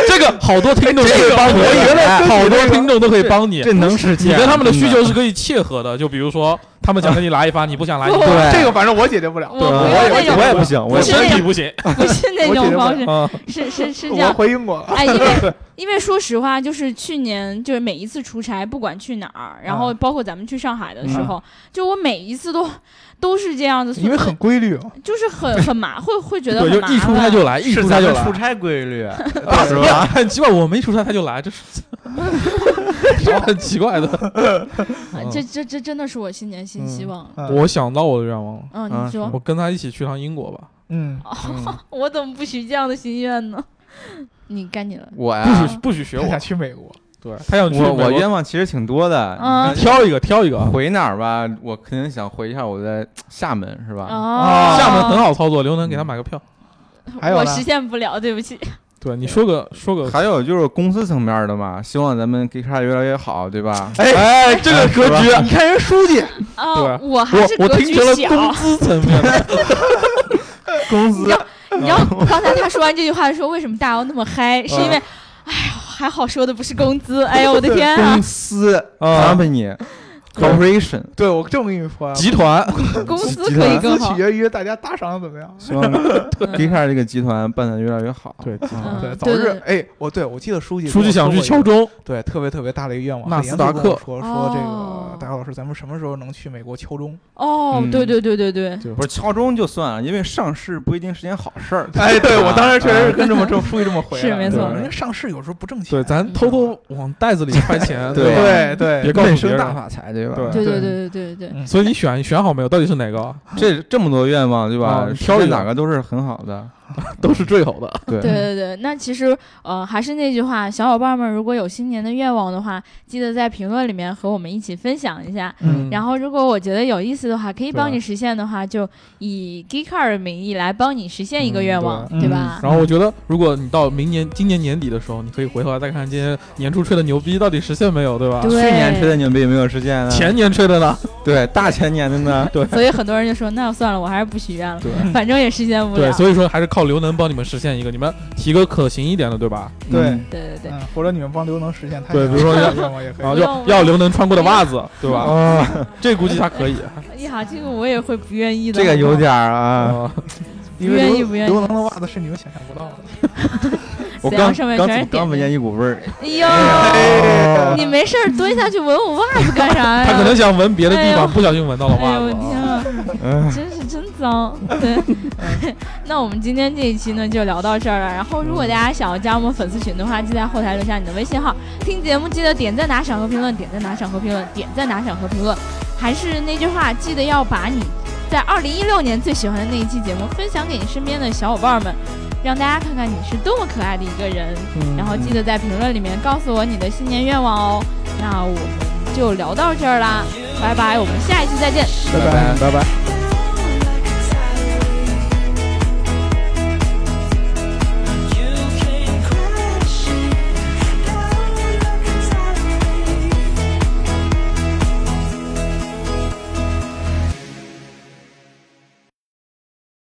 S4: 这个好多听众都可以帮
S3: 我
S4: 你
S3: 觉
S4: 的，
S3: 得跟
S4: 好
S3: 你
S4: 多
S3: 这个
S4: 听众都可以帮你。
S5: 能实
S4: 你跟他
S3: 嗯
S4: 们的需求是可以切合的，就比如说他们想跟你来一发，你不想来一发，
S5: 对
S3: 这个反正我解决不了
S2: 我。不要那种，
S5: 不行，
S4: 我
S2: 是
S4: 身体不行。
S2: 不是那
S3: 我解
S2: 种
S3: 决
S2: 方
S3: 不
S2: 式，
S4: 啊，
S2: 是是是这
S3: 我
S2: 样。
S3: 回英国了，
S2: 哎，因为因为说实话，就是去年就是每一次出差，不管去哪儿，然后包括咱们去上海的时候，就我每一次都都是这样的，
S3: 因为很规律嘛。
S2: 就是很很麻，会会觉得
S4: 对，
S2: 很
S4: 就
S2: 麻
S4: 一出差
S2: 烦。
S4: 就来，一
S5: 是
S4: 出
S5: 咱
S4: 差就
S5: 们
S4: 来
S5: 出。差规律，
S4: 啊
S5: 是吧？
S4: 很 奇怪，我没出差他就来，这 是这很奇怪的。
S2: 啊这这这真的是我新年新希望了。
S3: 嗯
S4: 我想到我的愿望了，
S2: 嗯，
S5: 啊
S2: 你说
S4: 我，跟他一起去趟英国吧。
S3: 嗯，
S2: 我怎么不许这样的心愿呢？ 你该你了。
S5: 我
S4: 不
S5: 呀，
S4: 许不许学
S3: 他想
S4: 我，
S3: 去美国，
S4: 对他想去
S5: 我我
S4: 美国
S5: 愿望其实挺多的，
S2: 嗯
S4: 挑一个挑一个啊。
S5: 回哪儿吧？我肯定想回一下我在厦门，是吧？
S2: 哦，
S4: 啊厦门很好操作，刘能给他买个票。
S3: 还有
S2: 我
S3: 呢
S2: 实现不了，对不起。
S4: 对，你说个说个，
S5: 还有就是公司层面的嘛，希望咱们 G 卡越来越好，对吧？
S4: 哎，这个格局，
S3: 你看人书记，
S2: 啊，
S4: 对
S2: 我还是
S4: 我我
S2: 格
S4: 听
S2: 局
S4: 成了
S2: 小。
S4: 工资层面的，
S5: 公
S2: 你知道， 你知道刚才他说完这句话的时候，为什么大姚那么嗨？是因为，哎呦，还好说的不是工资，哎呦，我的天啊
S5: 公，司
S4: 啊
S5: company corporation，
S3: 对我这么跟你说啊，
S4: 集 团
S2: 公司
S5: 集
S2: 可以
S5: 团
S3: 公
S2: 更
S3: 司取
S2: 好。
S3: 决于大家打赏怎么样。
S5: 希望 G 卡这个集团办得越来越好。
S4: 对
S5: 嗯
S2: 嗯
S3: 对，
S2: 对
S3: 早日
S2: 对
S3: 哎，我对我记得书记
S4: 书记想去敲， 钟，
S3: 对，特别特别大的一个愿望。
S4: 纳
S3: 很严
S4: 斯
S3: 肃
S4: 达
S3: 跟我
S4: 克
S3: 说说这
S2: 哦
S3: 个，大姚老师，咱们什么时候能去美国敲 钟？
S2: 哦
S5: 嗯，
S2: 对对对对对，
S5: 不是敲钟就算了，因为上市不一定是件好事儿。
S3: 哎，对
S5: 啊
S3: 我当时确实是跟这 么这么书记这么回
S2: 是
S3: 来
S2: 没
S3: 对
S5: 错
S3: 人家上市有时候不挣钱，
S4: 对，咱偷偷往袋子里揣 钱，
S5: 啊对
S4: 吧？
S3: 对对，嗯
S4: 别告诉
S5: 内
S4: 别
S5: 生
S4: 人
S5: 大发财，对吧？
S4: 对
S2: 对对
S3: 对
S2: 对对对对，
S4: 所以你选选好没有？到底是哪个啊？
S5: 这这么多愿望，对吧
S4: 啊？你
S5: 挑
S4: 挑一
S5: 选
S4: 个
S5: 哪个都是很好的。
S4: 都是最好的。
S5: 对
S2: 对对对，那其实呃还是那句话，小伙伴们如果有新年的愿望的话，记得在评论里面和我们一起分享一下。
S3: 嗯
S2: 然后如果我觉得有意思的话，可以
S4: 对
S2: 帮你实现的话，就以 Geekar 的名义来帮你实现一个
S4: 嗯
S2: 愿
S4: 对
S2: 望，
S3: 嗯
S2: 对吧？
S4: 然后我觉得，如果你到明年、今年年底的时候，你可以回头来再看看今年年初吹的牛逼到底实现没有，嗯对吧？
S2: 对
S5: 去年吹的牛逼有没有实现呢？啊
S4: 前年吹的呢？
S5: 对大前年的 呢？对
S2: 所以很多人就说，那算了，我还是不许愿了，
S4: 对
S2: 反正也实现不
S4: 对，啊
S2: 了。
S4: 所以说还是靠刘能帮你们实现一个，你们提个可行一点的，对吧？
S3: 对
S2: 对对对，
S3: 嗯，或者你们帮刘能实现他
S4: 对
S3: 想
S4: 比如说
S3: 要
S4: 要
S3: 的愿望也可
S4: 然后
S3: 以。
S4: 就
S2: 用
S4: 要刘能穿过的袜子，对吧？
S5: 哦，
S4: 这估计他可以。
S2: 哎呀，这个我也会不愿意的。
S5: 这个
S2: 好
S5: 有
S2: 不好。
S5: 点儿啊。
S4: 啊，
S3: 因为
S2: 愿意
S3: 刘
S2: 不愿意
S3: 刘能的袜子是你们想象不到的。
S5: 我
S2: 怎
S5: 刚
S2: 样上面
S5: 刚
S2: 全是
S5: 怎刚
S2: 点
S5: 闻
S2: 点
S5: 见一股 味儿，
S2: 哎
S4: 哦
S2: 呦，你没事儿蹲下去闻我袜子干啥呀？
S4: 他可能想闻别的地
S2: 哎
S4: 方，
S2: 呦
S4: 不小心闻到了
S2: 哎
S4: 袜
S2: 呦我
S4: 子
S2: 天
S4: 啊。
S2: 啊！
S5: 嗯，
S2: 真是真脏。 对， 那我们今天这一期呢就聊到这儿了。然后，如果大家想要加我们粉丝群的话，记得在后台留下你的微信号。听节目记得点赞、打赏和评论，点赞、打赏和评论，点赞、打赏和评论。还是那句话，记得要把你在二零一六年最喜欢的那一期节目分享给你身边的小伙伴们，让大家看看你是多么可爱的一个人。
S4: 嗯
S2: 然后记得在评论里面告诉我你的新年愿望哦。那我们就聊到这儿啦，拜拜，我们下一期再见。
S3: 拜拜。拜拜